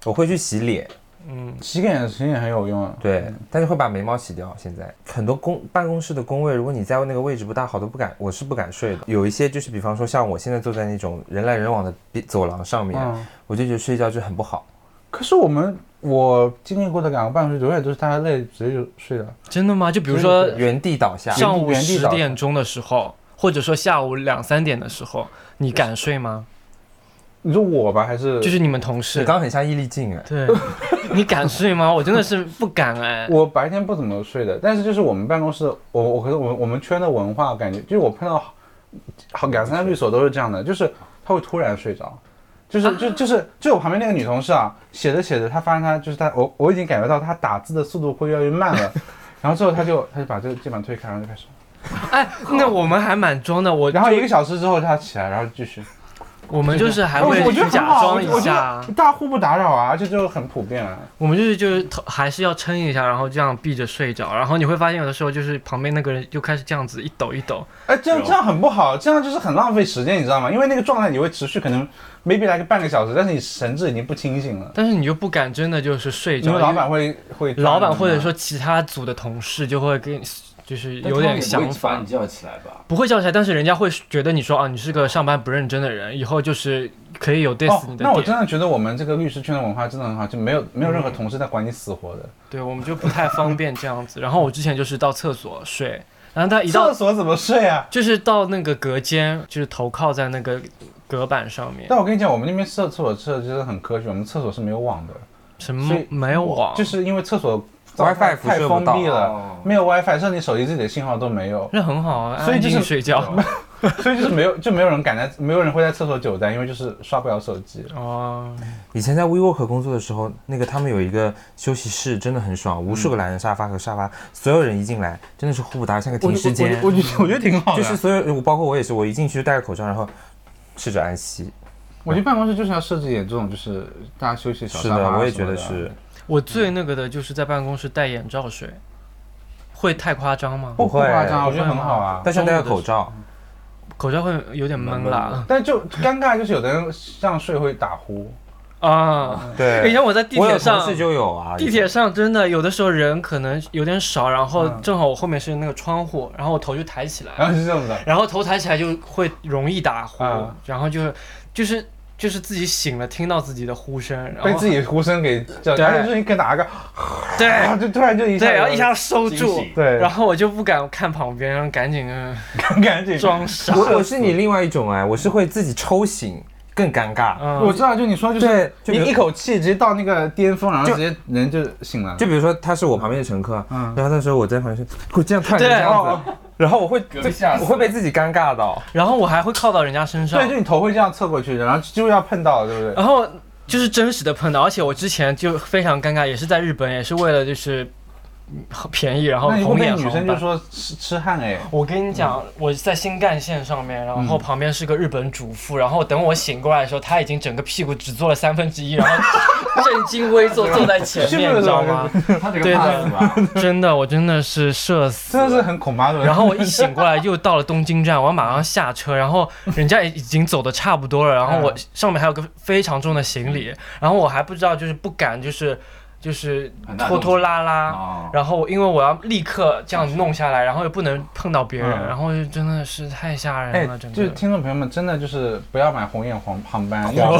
Speaker 3: 我会去洗脸，
Speaker 1: 嗯，
Speaker 2: 洗脸洗脸很有用啊。
Speaker 3: 对，但是会把眉毛洗掉。现在很多工办公室的工位，如果你在那个位置不大好，都不敢，我是不敢睡的。有一些就是，比方说像我现在坐在那种人来人往的边走廊上面，
Speaker 2: 嗯，
Speaker 3: 我就觉得睡觉就很不好。
Speaker 2: 可是我们我经历过的两个半小时，永远都是大家累直接就睡了。
Speaker 1: 真的吗？就比如说
Speaker 3: 原地倒下，
Speaker 1: 上午
Speaker 2: 原地
Speaker 1: 十
Speaker 2: 倒
Speaker 1: 点钟的时候，或者说下午两三点的时候，你敢睡吗？
Speaker 2: 你说我吧，还是
Speaker 1: 就是你们同
Speaker 3: 你
Speaker 1: 事，
Speaker 3: 刚很像易立竞哎。
Speaker 1: 对， 你敢睡吗？我真的是不敢哎。
Speaker 2: 我白天不怎么睡的，但是就是我们办公室，我我和我我们圈的文化感觉，就是我碰到好好两三个律所都是这样的，就是他会突然睡着。就是就就是就我旁边那个女同事啊，写着写着，她发现她就是她，我我已经感觉到她打字的速度会越来越慢了，然后之后她就她就把这个键盘推开，然后就开始，
Speaker 1: 哎，那我们还蛮装的，我
Speaker 2: 然后
Speaker 1: 就
Speaker 2: 一个小时之后他起来，然后继续。
Speaker 1: 我们就是还会
Speaker 2: 我我
Speaker 1: 去
Speaker 2: 觉得很
Speaker 1: 假
Speaker 2: 好，
Speaker 1: 装
Speaker 2: 我
Speaker 1: 一
Speaker 2: 觉
Speaker 1: 下
Speaker 2: 得，大户不打扰啊，这就很普遍啊。
Speaker 1: 我们就是就是头还是要撑一下，然后这样闭着睡着，然后你会发现有的时候就是旁边那个人就开始这样子一抖一抖，
Speaker 2: 哎，这样
Speaker 4: 对哦
Speaker 2: 这样很不好，这样就是很浪费时间，你知道吗？因为那个状态你会持续可能 maybe 来个半个小时，但是你神志已经不清醒了，
Speaker 1: 但是你就不敢真的就是睡
Speaker 2: 因
Speaker 1: 着，
Speaker 2: 为老板会会
Speaker 1: 因为老板或者说其他组的同事就会跟你就是有点想
Speaker 4: 把
Speaker 1: 法
Speaker 4: 你。叫起来 吧。
Speaker 1: 不会叫起来，但是人家会觉得你说啊，你是个上班不认真的人，以后就是可以有 diss
Speaker 2: 哦
Speaker 1: 你，的
Speaker 2: 那我
Speaker 1: 点。嗯
Speaker 2: 真的觉得我们这个律师圈的文化真的很好，就没有没有任何同事在管你死活的。
Speaker 1: 对，我们就不太方便这样子。然后我之前就是到厕所睡，然后他一
Speaker 2: 厕
Speaker 1: 到
Speaker 2: 所怎么睡啊？
Speaker 1: 就是到那个隔间，就是头靠在那个隔板上面，
Speaker 2: 但我跟你讲，我们那边厕厕所设置真的很科学，我们厕所是没有网的，
Speaker 1: 什
Speaker 2: 所
Speaker 1: 么
Speaker 2: 以
Speaker 1: 没有网，
Speaker 2: 就是因为厕所
Speaker 3: WiFi 辐
Speaker 2: 太
Speaker 3: 射不
Speaker 2: 封
Speaker 3: 到
Speaker 2: 闭了
Speaker 4: 哦，
Speaker 2: 没有 WiFi，甚至你手机自己的信号都没有，
Speaker 1: 那很好啊，
Speaker 2: 所以
Speaker 1: 安
Speaker 2: 就是
Speaker 1: 静睡觉。
Speaker 2: 所以就是没有就没有人敢在没有人会在厕所久待，因为就是刷不了手机。
Speaker 1: 哦，
Speaker 3: 以前在 WeWork 工作的时候，那个他们有一个休息室，真的很爽，无数个懒人沙发和沙发，所有人一进来真的是互不搭，像个停尸间。
Speaker 2: 我觉得我觉得挺好的，
Speaker 3: 就是所有，我包括我也是，我一进去就戴个口罩，然后试着安息。
Speaker 2: 我觉得办公室就是要设置一点这种，就是大家休息小
Speaker 3: 是
Speaker 2: 沙发
Speaker 3: 的，
Speaker 2: 啊
Speaker 3: 我也
Speaker 2: 什
Speaker 3: 觉
Speaker 2: 么
Speaker 3: 得
Speaker 2: 的
Speaker 3: 是。
Speaker 1: 我最那个的就是在办公室戴眼罩睡，会太夸张吗？
Speaker 2: 不
Speaker 3: 不会
Speaker 2: 夸张，我觉得很好啊。
Speaker 3: 但是要戴个
Speaker 1: 中午
Speaker 3: 口
Speaker 1: 的
Speaker 3: 罩，
Speaker 1: 口罩会有点闷啦
Speaker 2: 但就尴尬，就是有的人这样睡会打呼，
Speaker 1: 啊。以
Speaker 3: 对
Speaker 1: 前，我在地
Speaker 3: 我
Speaker 1: 铁
Speaker 3: 有同
Speaker 1: 上，
Speaker 3: 事就有啊，
Speaker 1: 地铁上真的有的时候人可能有点少，然后
Speaker 2: 嗯
Speaker 1: 正好我后面是那个窗户，然后我头就抬起来，
Speaker 2: 然后是这样子的。
Speaker 1: 然后头抬起来就会容易打呼，
Speaker 2: 啊
Speaker 1: 然后就是就是就是自己醒了，听到自己的呼声，然后
Speaker 2: 被自己呼声给叫，
Speaker 1: 对
Speaker 2: 然后就是你给打个，
Speaker 1: 对
Speaker 2: 啊，就突然就一下，
Speaker 1: 对，然后一，下收
Speaker 4: 惊
Speaker 1: 住
Speaker 4: 喜，
Speaker 2: 对，
Speaker 1: 然后我就不敢看旁边，然后赶 紧嗯
Speaker 2: 赶紧。
Speaker 1: 装傻。
Speaker 3: 我我是你另外一种哎，我是会自己抽醒，更尴尬。
Speaker 1: 嗯
Speaker 2: 我知道，就你说就是
Speaker 3: 对就比
Speaker 2: 一
Speaker 3: 如
Speaker 2: 一口气直接到那个巅峰，然后
Speaker 3: 就
Speaker 2: 直接人就醒了。
Speaker 3: 就比如说他是我旁边的乘客，
Speaker 2: 嗯哦
Speaker 3: 然后那时候我在旁边是会这样看着
Speaker 1: 对
Speaker 3: 这样子，然后我会
Speaker 4: 隔壁吓死
Speaker 3: 我会被自己尴尬到。
Speaker 1: 然后我还会靠到人家身上
Speaker 2: 对，，就你头会这样侧过去，然后就要碰到了，对不对？
Speaker 1: 然后就是真实的碰到，而且我之前就非常尴尬，也是在日本，也是为了就是嗯便宜，然后
Speaker 2: 那你会
Speaker 1: 红
Speaker 2: 被
Speaker 1: 眼
Speaker 2: 女生
Speaker 1: 航
Speaker 2: 就
Speaker 1: 班。
Speaker 2: 说痴痴汉哎，
Speaker 1: 我跟你讲，我在新干线上面，然后旁边是个日本主妇，然后等我醒过来的时候，她已经整个屁股只坐了三分之一，然后正襟危坐坐在前
Speaker 2: 是不是
Speaker 1: 面，你知道吗？
Speaker 4: 他这
Speaker 1: 对的
Speaker 4: 个怕死吧？
Speaker 1: 真的，我真的是社死
Speaker 2: 真。的是很恐妈的。
Speaker 1: 然后我一醒过来，又到了东京站，我要马上下车，然后人家已已经走的差不多了，然后我上面还有个非常重的行李，然后我还不知道，就是不敢，就是就是
Speaker 4: 很大
Speaker 1: 拖拖拉拉，
Speaker 4: 啊，
Speaker 1: 然后因为我要立刻这样弄下来，然后又不能碰到别人，
Speaker 2: 嗯
Speaker 1: 然后就真的是太吓
Speaker 2: 哎
Speaker 1: 人了，，整
Speaker 2: 就是
Speaker 1: 个。
Speaker 2: 听众朋友们，真的就是不要买红眼黄航班， 因为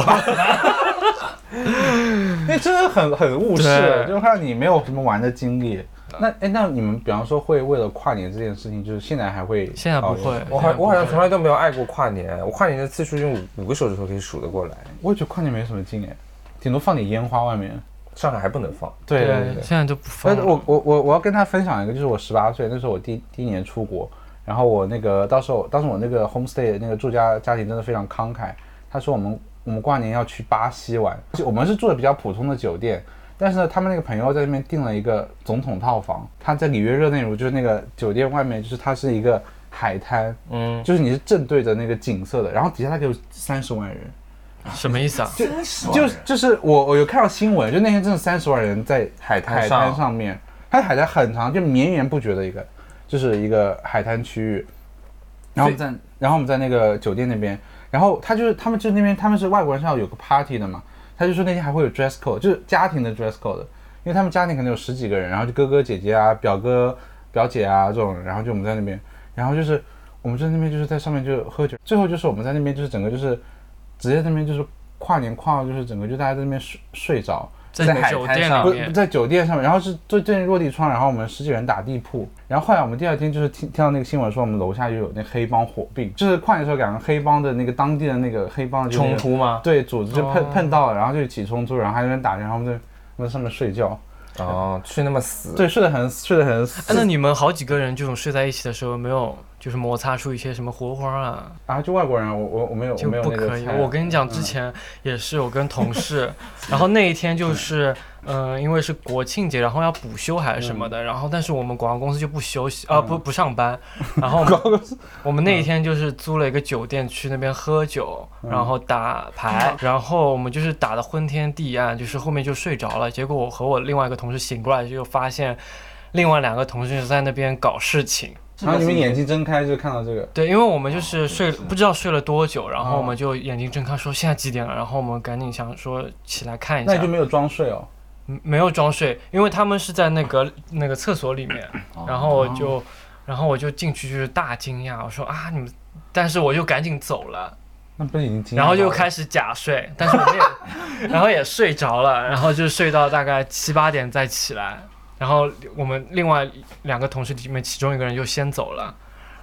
Speaker 2: 因为真的很很误事，
Speaker 1: 对
Speaker 2: 就让你没有什么玩的经历。那哎，那你们比方说会为了跨年这件事情，就是现在还会？
Speaker 1: 现在不会，
Speaker 3: 我好我好像从来都没有爱过跨年，我跨年的次数用五五个手指头可以数得过来。
Speaker 2: 我也觉得跨年没什么劲哎，顶多放点烟花外面。
Speaker 3: 上海还不能放，
Speaker 2: 对对对。
Speaker 1: 现在就不放
Speaker 2: 但
Speaker 1: 了。
Speaker 2: 是我我我我要跟他分享一个，就是我十八岁那时候我第第一年出国，然后我那个到时候当时我那个 homestay 那个住家家庭真的非常慷慨，他说我们我们过年要去巴西玩，就我们是住的比较普通的酒店。但是呢，他们那个朋友在那边订了一个总统套房，他在里约热内卢，就是那个酒店外面，就是它是一个海滩，
Speaker 3: 嗯，
Speaker 2: 就是你是正对着那个景色的，然后底下他给我三十万人，
Speaker 1: 什么意思啊？
Speaker 2: 就就是我我有看到新闻，就那天真的三十万人在
Speaker 3: 海滩
Speaker 2: 海
Speaker 3: 上
Speaker 2: 滩上面，它海滩很长，就绵延不绝的一个，就是一个海滩区域。然后我们在，然后我们在那个酒店那边，然后他就是他们就那边他们是外国人是要有个 party 的嘛，他就说那天还会有 dress code，就是家庭的 dress code，因为他们家庭可能有十几个人，然后就哥哥姐姐啊、表哥表姐啊这种，然后就我们在那边，然后就是我们在那边就是在上面就喝酒，最后就是我们在那边就是整个就是直接那边就是跨年跨到就是整个就大家在那边睡睡着，
Speaker 1: 在
Speaker 2: 海
Speaker 1: 酒
Speaker 2: 滩
Speaker 1: 店
Speaker 2: 上
Speaker 1: 里
Speaker 2: 不
Speaker 1: 面
Speaker 2: 不在酒店上面，然后是最最落地窗，然后我们十几个人打地铺，然后后来我们第二天就是听听到那个新闻说我们楼下又有那黑帮火并，就是跨年的时候两个黑帮的那个当地的那个黑帮的就那
Speaker 3: 冲
Speaker 2: 个
Speaker 3: 突吗？
Speaker 2: 对组织就碰、
Speaker 1: 哦
Speaker 2: 碰到了，然后就起冲突，然后还有人打架，然后我们在我们在上面睡觉，
Speaker 3: 哦，睡那么死，
Speaker 2: 对，睡得很睡得很死。
Speaker 1: 啊哎那你们好几个人这种睡在一起的时候，有没有就是摩擦出一些什么火花啊，
Speaker 2: 啊，就外国人啊，我我我没有
Speaker 1: 就
Speaker 2: 我没有
Speaker 1: 不
Speaker 2: 那个
Speaker 1: 可以。
Speaker 2: 菜啊嗯
Speaker 1: 我跟你讲，之前也是有跟同事，然后那一天就是，嗯，因为是国庆节，然后要补休还是什
Speaker 2: 嗯
Speaker 1: 么的，然后但是我们广告公司就不休息啊，不不上班，然后我们我们
Speaker 2: 嗯
Speaker 1: 那一天就是租了一个酒店去那边喝酒，然后打牌，
Speaker 2: 嗯
Speaker 1: 然后我们就是打的昏天地暗，就是后面就睡着了。结果我和我另外一个同事醒过来就发现，另外两个同事在那边搞事情。
Speaker 2: 然后你们眼睛睁开就看到这个，
Speaker 1: 对，因为我们
Speaker 2: 哦
Speaker 1: 就是睡、
Speaker 4: 是
Speaker 1: 不知道睡了多久，然后我们就眼睛睁开说现在几点了，然后我们赶紧想说起来看一
Speaker 2: 那你
Speaker 1: 下
Speaker 2: 就，没有装睡哦。
Speaker 1: 嗯没有装睡，因为他们是在那个那个厕所里面，
Speaker 2: 哦
Speaker 4: 哦
Speaker 1: 然后我就然后我就进去就是大惊讶，我说啊你们，但是我就赶紧走了。
Speaker 2: 那不是已经惊讶
Speaker 1: 然后就
Speaker 2: 到了
Speaker 1: 开始假睡，但是我们 也，然后也睡着了，然后就睡到大概七八点再起来，然后我们另外两个同事里面其中一个人就先走了，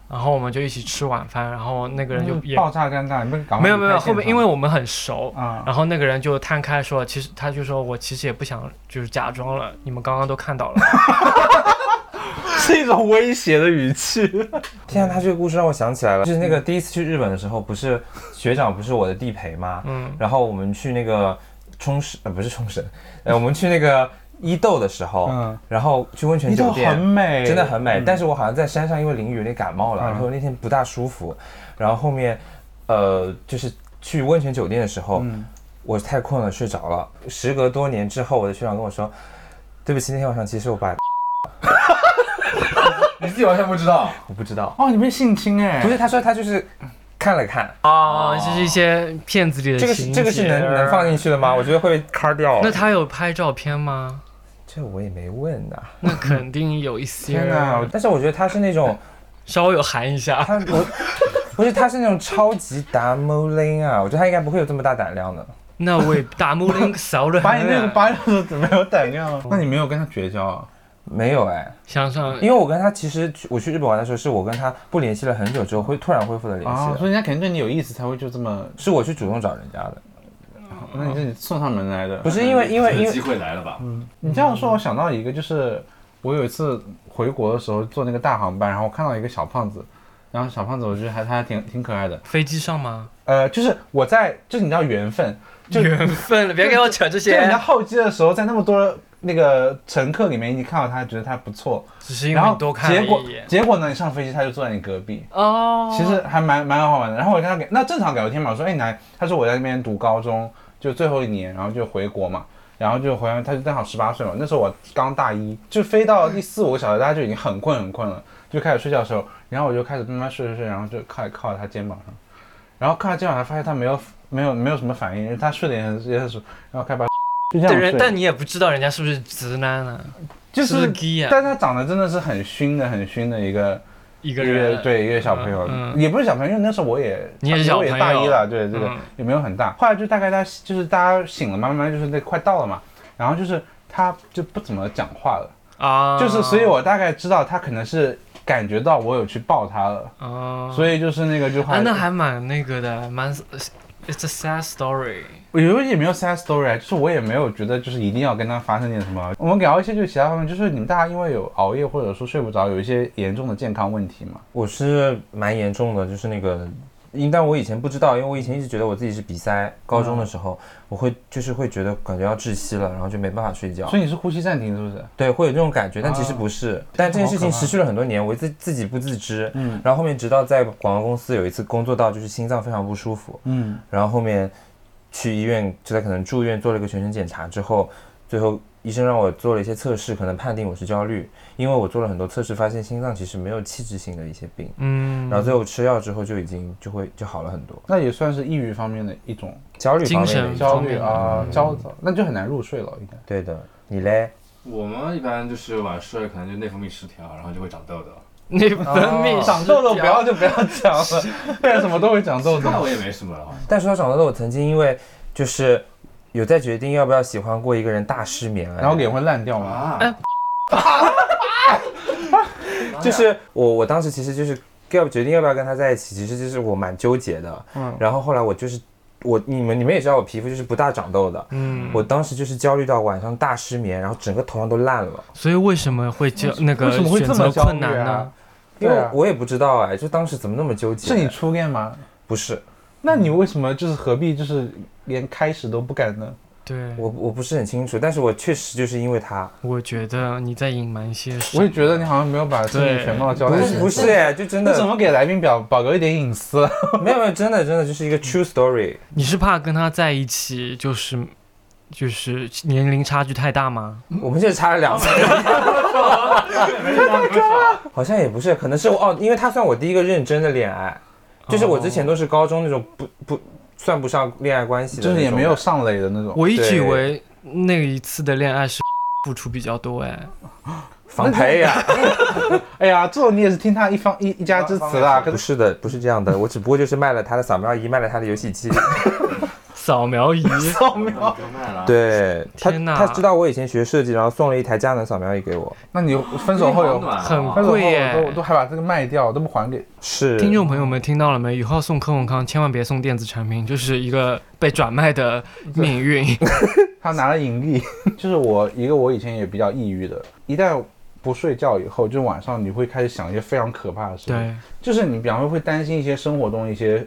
Speaker 1: 然后我们就一起吃晚饭，然后那个人就
Speaker 2: 嗯
Speaker 1: 也
Speaker 2: 爆炸尴尬，你们赶快
Speaker 1: 没有没有
Speaker 2: 离开
Speaker 1: 后面
Speaker 2: 现
Speaker 1: 因为
Speaker 2: 场
Speaker 1: 我们很熟，
Speaker 2: 啊
Speaker 1: 然后那个人就摊开说，其实他就说我其实也不想就是假装了，你们刚刚都看到了，
Speaker 2: 是一种威胁的语气，
Speaker 3: 天啊，他这个故事让我想起来了，就是那个第一次去日本的时候，不是学长不是我的地陪吗？嗯， 然后我们去那个冲绳，呃，不是冲绳， 呃，我们去那个伊豆的时候，
Speaker 2: 嗯
Speaker 3: 然后去温泉
Speaker 2: 你
Speaker 3: 酒
Speaker 2: 就
Speaker 3: 店，
Speaker 2: 很美，
Speaker 3: 真的很美。但是我好像在山上因为淋雨有点感冒了，
Speaker 2: 嗯
Speaker 3: 然后那天不大舒服，然后后面，呃，就是去温泉酒店的时候，
Speaker 2: 嗯
Speaker 3: 我太困了睡着了。时隔多年之后，我的学长跟我说，对不起，那天晚上其实我把
Speaker 4: 你自己完全不知道，
Speaker 3: 我不知道，
Speaker 2: 哦，你被性侵哎，
Speaker 3: 不是，他说他就是看了看，
Speaker 2: 哦
Speaker 1: 啊，这是一些骗子里的
Speaker 3: 这个是
Speaker 1: 情
Speaker 3: 这个是能
Speaker 1: 节
Speaker 2: 啊
Speaker 3: 能放进去的吗？我觉得会被卡掉。
Speaker 1: 那他有拍照片吗？
Speaker 3: 这我也没问呐、
Speaker 1: 那肯定有 一些。
Speaker 2: 天哪，我
Speaker 3: 但是我觉得他是那种
Speaker 1: 稍微有含一下。
Speaker 3: 他我 不是他是那种超级达摩林啊，我觉得他应该不会有这么大胆量的。
Speaker 1: 那我也 打木林扫了
Speaker 2: 把你那个巴掌都没有胆量啊，那你没有跟他绝交啊？
Speaker 3: 没有哎、
Speaker 1: 想想
Speaker 3: 因为我跟他其实去我去日本玩的时候，是我跟他不联系了很久之后，会突然恢复了联系
Speaker 2: 啊，
Speaker 3: 的
Speaker 2: 所以人家肯定对你有意思才会就这么，
Speaker 3: 是我去主动找人家的，
Speaker 2: 那你是送上门来的。
Speaker 3: 不是因为因为因
Speaker 4: 这个机
Speaker 3: 为
Speaker 4: 会来了吧？
Speaker 2: 你这样说，我想到一个，就是我有一次回国的时候坐那个大航班，然后我看到一个小胖子，然后小胖子我觉得还他还挺挺可爱的，
Speaker 1: 飞机上吗？
Speaker 2: 呃，就是我在就是你知道缘分，就
Speaker 1: 缘分了，别给我扯这
Speaker 2: 就是你在
Speaker 1: 些。
Speaker 2: 候机的时候，在那么多那个乘客里面，你看到他觉得他不错，
Speaker 1: 只是因为
Speaker 2: 然后
Speaker 1: 你多看
Speaker 2: 结
Speaker 1: 了
Speaker 2: 果
Speaker 1: 一眼。
Speaker 2: 结果呢，你上飞机他就坐在你隔壁，
Speaker 1: 哦，
Speaker 2: 其实还蛮蛮好玩的。然后我跟他给那正常聊天嘛，我说哎你来，他说我在那边读高中，就最后一年，然后就回国嘛，然后就回来，他就正好十八岁嘛，那时候我刚大一，就飞到第四五个小时，大家就已经很困很困了，就开始睡觉的时候，然后我就开始慢慢睡睡睡，然后就靠靠在他肩膀上，然后靠他肩膀上发现他没有没有没有什么反应，他睡得也很也很熟，然后开始把就这
Speaker 1: 但
Speaker 2: 样
Speaker 1: 人
Speaker 2: 睡，
Speaker 1: 但你也不知道人家是不是直男啊，
Speaker 2: 就是
Speaker 1: 不
Speaker 2: 是
Speaker 1: 是 gay 啊？
Speaker 2: 但他长得真的是很熏的很熏的一个。
Speaker 1: 一
Speaker 2: 一
Speaker 1: 个人
Speaker 2: 对一个小朋友，
Speaker 1: 嗯
Speaker 2: 也不是小朋友，因为那时候我也
Speaker 1: 你也是小朋友
Speaker 2: 我大一了，对这个、
Speaker 1: 嗯
Speaker 2: 也没有很大。后来就大概他就是大家醒了嘛，慢慢就是那快到了嘛，然后就是他就不怎么讲话了，
Speaker 1: 啊，
Speaker 2: 就是所以我大概知道他可能是感觉到我有去抱他了，
Speaker 1: 啊，
Speaker 2: 所以就是那个就后
Speaker 1: 啊
Speaker 2: 来，
Speaker 1: 那还蛮那个的，蛮 it's a sad story。
Speaker 2: 我有也没有 sad story，就是啊我也没有觉得就是一定要跟他发生点什么。我们聊一些就是其他方面，就是你们大家因为有熬夜或者说睡不着，有一些严重的健康问题嘛。
Speaker 3: 我是蛮严重的，就是那个，因但我以前不知道，因为我以前一直觉得我自己是鼻塞，高中的时候、
Speaker 2: 嗯
Speaker 3: 我会就是会觉得感觉要窒息了，然后就没办法睡觉
Speaker 2: 所。以你是呼吸暂停是不是？
Speaker 3: 对，会有这种感觉，但其实不是。但这件事情持续了很多年，我自自己不自知。嗯。然后后面直到在广告公司有一次工作到就是心脏非常不舒服，
Speaker 2: 嗯，
Speaker 3: 然后后面去医院，就在可能住院做了一个全身检查之后，最后医生让我做了一些测试，可能判定我是焦虑，因为我做了很多测试，发现心脏其实没有器质性的一些病，
Speaker 1: 嗯，
Speaker 3: 然后最后吃药之后就已经就会就好了很多。
Speaker 2: 那也算是抑郁方面的一种
Speaker 3: 焦虑方
Speaker 1: 精
Speaker 3: 面的嗯
Speaker 1: 神
Speaker 3: 一些，
Speaker 2: 焦虑
Speaker 1: 方面
Speaker 2: 啊，焦躁，那就很难入睡了， 应该。
Speaker 3: 对的。你嘞？
Speaker 4: 我们一般就是晚睡，可能就内分泌失调，然后就会长痘痘。
Speaker 1: 内分泌
Speaker 2: 长痘 痘不要就不要讲了，干什么都会长痘痘
Speaker 4: 那。我也没什么了，
Speaker 3: 但说到长痘痘，我曾经因为就是有在决定要不要喜欢过一个人大失眠，啊
Speaker 2: 然后脸会烂掉吗？
Speaker 4: 啊，
Speaker 3: 就是我我当时其实就是要决定要不要跟他在一起，其实就是我蛮纠结的。嗯，然后后来我就是我你们你们也知道我皮肤就是不大长痘的，嗯，我当时就是焦虑到晚上大失眠，然后整个头上都烂了。
Speaker 1: 所以为什么会焦那个
Speaker 2: 为什么会
Speaker 1: 选
Speaker 2: 这
Speaker 1: 择
Speaker 2: 么焦
Speaker 1: 困
Speaker 2: 虑
Speaker 1: 难
Speaker 2: 啊
Speaker 1: 呢？？
Speaker 3: 因
Speaker 2: 对
Speaker 3: 为
Speaker 2: 啊
Speaker 3: 我也不知道哎，就当时怎么那么纠结？
Speaker 2: 是你初恋吗？
Speaker 3: 不是
Speaker 2: 那你为什么就是何必就是连开始都不敢呢？
Speaker 1: 对，
Speaker 3: 我，我不是很清楚，但是我确实就是因为他，
Speaker 1: 我觉得你在隐瞒些什
Speaker 2: 我
Speaker 1: 么。
Speaker 2: 也觉得你好像没有把事情全貌交代
Speaker 3: 不
Speaker 2: 清
Speaker 3: 是
Speaker 2: 楚。
Speaker 3: 不是哎，就真
Speaker 2: 那怎
Speaker 3: 的
Speaker 2: 么给来宾表保留一点隐私？啊
Speaker 3: 没有没有，真的真的就是一个 true story。
Speaker 1: 你是怕跟他在一起就是就是年龄差距太大吗？
Speaker 3: 我们就是差了两岁，
Speaker 2: 嗯
Speaker 3: 好像也不是，可能是我哦，因为他算我第一个认真的恋爱，就是
Speaker 1: 哦
Speaker 3: 我之前都是高中那种不不算不上恋爱关系的，
Speaker 2: 就是也没有。上垒的那种。
Speaker 1: 我一直
Speaker 3: 对
Speaker 1: 以为那一次的恋爱是 付出比较多哎。
Speaker 3: 防培呀、
Speaker 2: 哎呀，这种你也是听他一方一一家之词啊啦。可
Speaker 3: 不
Speaker 2: 是
Speaker 3: 是的，不是这样的，我只不过就是卖了他的扫描仪，卖了他的游 戏机。
Speaker 1: 扫描仪，
Speaker 2: 扫描，
Speaker 4: 就卖了。，
Speaker 3: 对，他
Speaker 1: 天哪
Speaker 3: 他知道我以前学设计，然后送了一台佳能扫描仪给我。
Speaker 2: 那你分手后有
Speaker 1: 很
Speaker 2: 分手后
Speaker 1: 贵耶
Speaker 2: 我都我都还把这个卖掉，都不还给。
Speaker 3: 是
Speaker 1: 听众朋友们听到了没？以后送柯永康千万别送电子产品，就是一个被转卖的命 运。
Speaker 2: 他拿了 盈利，就是我一个我以前也比较抑郁的，一旦不睡觉以后，就是晚上你会开始想一些非常可怕的事情，
Speaker 1: 对，
Speaker 2: 就是你比方说会担心一些生活中一些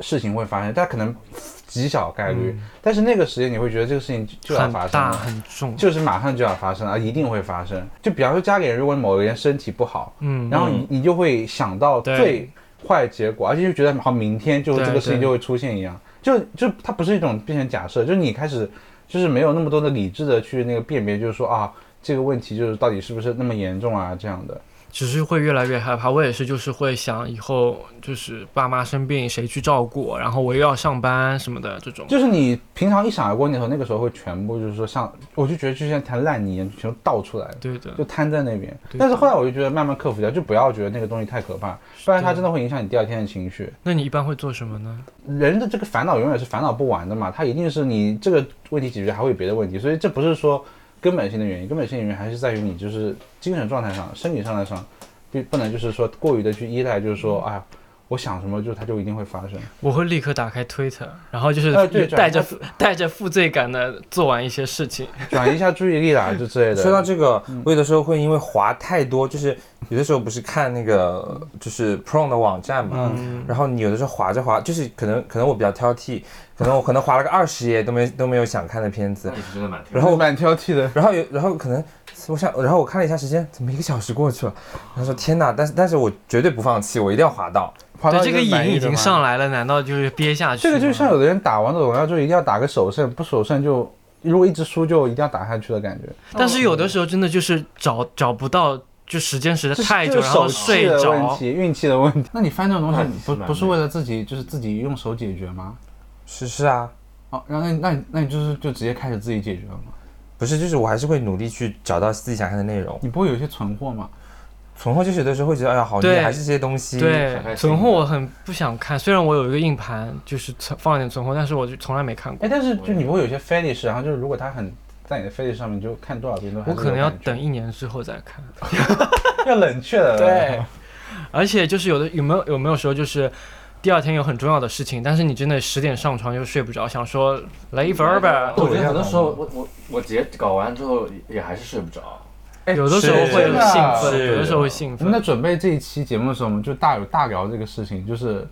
Speaker 2: 事情会发生，但可能极小概率，但是那个时间你会觉得这个事情就就要
Speaker 1: 很
Speaker 2: 发生
Speaker 1: 大
Speaker 2: 了，
Speaker 1: 嗯很重。
Speaker 2: 就是马上就要发生啊，一定会发生。就比方说家里人如果某个人身体不好，
Speaker 1: 嗯，
Speaker 2: 然后你你就会想到
Speaker 1: 对
Speaker 2: 最坏结果，而且就觉得好，明天就
Speaker 1: 对
Speaker 2: 这个事情
Speaker 1: 对
Speaker 2: 就会出现一样，就就它不是一种变成假设，就是你开始就是没有那么多的理智的去那个辨别，就是说啊这个问题就是到底是不是那么严重啊这样的。
Speaker 1: 只是会越来越害怕。我也是，就是会想以后就是爸妈生病谁去照顾，然后我又要上班什么的这种。
Speaker 2: 就是你平常一闪而过念头，那个时候会全部就是说像，我就觉得就像摊烂泥一样，全部倒出来，
Speaker 1: 对的，
Speaker 2: 就摊在那边。
Speaker 1: 对
Speaker 2: 但是后来我就觉得慢慢克服掉，就不要觉得那个东西太可怕，不然它真的会影响你第二天的情绪。
Speaker 1: 那你一般会做什么呢？
Speaker 2: 人的这个烦恼永远是烦恼不完的嘛，它一定是你这个问题解决，还会有别的问题，所以这不是说根本性的原因，根本性的原因还是在于你就是精神状态上、生理上的上，不不能就是说过于的去依赖，就是说啊、我想什么就它就一定会发生。
Speaker 1: 我会立刻打开 Twitter，然后就是
Speaker 2: 呃 对
Speaker 1: 带着
Speaker 2: 转
Speaker 1: 带着负罪感的做完一些事情。
Speaker 2: 转移一下注意力啦，就之类 的。
Speaker 3: 说到这个，我有的时候会因为滑太多，就是有的时候不是看那个就是 Pron 的网站嘛，
Speaker 1: 嗯
Speaker 3: 然后你有的时候滑着滑，就是可能可能我比较挑剔，可能我可能滑了个二十页都没都没有想看的片子
Speaker 4: 那，你是真的蛮挺
Speaker 3: 然后
Speaker 2: 我蛮挑剔的，
Speaker 3: 然后有然后可能我想，然后我看了一下时间，怎么一个小时过去了？他说天哪，但是但是我绝对不放弃，我一定要滑到。
Speaker 2: 跑到
Speaker 1: 对，这个
Speaker 2: 一满
Speaker 1: 瘾
Speaker 2: 意
Speaker 1: 已
Speaker 2: 的
Speaker 1: 经
Speaker 2: 嘛
Speaker 1: 上来了，难道就是憋下去
Speaker 2: 这
Speaker 1: 吗？
Speaker 2: 个就像有的人打王者荣耀就一定要打个首胜，不首胜就如果一直输就一定要打下去的感觉。
Speaker 1: 但是有的时候真的就是找找不到，就时间实在太久，
Speaker 2: 哦这是
Speaker 1: 然后
Speaker 2: 手气
Speaker 1: 睡
Speaker 2: 的问
Speaker 1: 着。
Speaker 2: 题，运气的问题。那你翻这种东
Speaker 4: 那你
Speaker 2: 西
Speaker 4: 是
Speaker 2: 不
Speaker 4: 蛮
Speaker 2: 不是
Speaker 4: 累
Speaker 2: 为了自己，就是自己用手解决吗？
Speaker 3: 是是啊，
Speaker 2: 哦，然后那你那你那你就是就直接开始自己解决了吗？
Speaker 3: 不是，就是我还是会努力去找到自己想看的内容。
Speaker 2: 你不会有一些存货吗？
Speaker 3: 存货就是有的时候会觉得，哎呀，好腻
Speaker 1: 对，
Speaker 3: 还是这些东西。
Speaker 4: 很开
Speaker 1: 对，
Speaker 4: 心
Speaker 1: 存货我很不想看，虽然我有一个硬盘，就是存放了点存货，但是我就从来没看过
Speaker 2: 哎，。但是就你不会有些 fetish，然后就是如果它很在你的 fetish 上面，你就看多少遍都还
Speaker 1: 我
Speaker 2: 是
Speaker 1: 可能
Speaker 2: 哎有
Speaker 1: 要
Speaker 2: 感觉
Speaker 1: 等，一年之后再看。
Speaker 2: 要冷却的。
Speaker 1: 对，而且就是有的有没有有没有时候就是。第二天有很重要的事情，但是你真的十点上床又睡不着，想说来一份儿呗。
Speaker 4: 我觉得很多时候，我我我节搞完之后也还是睡不着。
Speaker 1: 有的时候
Speaker 3: 是
Speaker 1: 会
Speaker 2: 哎是
Speaker 1: 兴
Speaker 2: 的
Speaker 1: 奋，
Speaker 3: 是
Speaker 1: 有的时候会兴
Speaker 2: 我们在
Speaker 1: 奋。
Speaker 2: 准备这一期节目的时候，我们就大有大聊这个事情，就是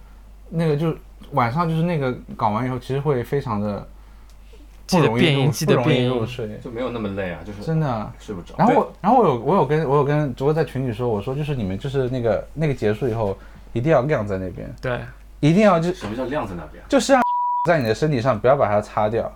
Speaker 2: 那个就晚上就是那个搞完以后，其实会非常的
Speaker 1: 记
Speaker 2: 不
Speaker 1: 得
Speaker 2: 容易
Speaker 1: 变
Speaker 2: 入
Speaker 1: 音，记得
Speaker 2: 不容易
Speaker 1: 变
Speaker 2: 入
Speaker 1: 音。
Speaker 2: 睡，
Speaker 4: 就没有那么累啊，就是
Speaker 2: 真的。
Speaker 4: 睡不着。
Speaker 2: 然后我，然后我有我有跟我有跟卓哥在群里说，我说就是你们就是那个那个结束以后，一定要晾在那边，
Speaker 1: 对
Speaker 2: 一定要就
Speaker 4: 对什么叫晾在那边？
Speaker 2: 就是让在你的身体上不要把它擦掉。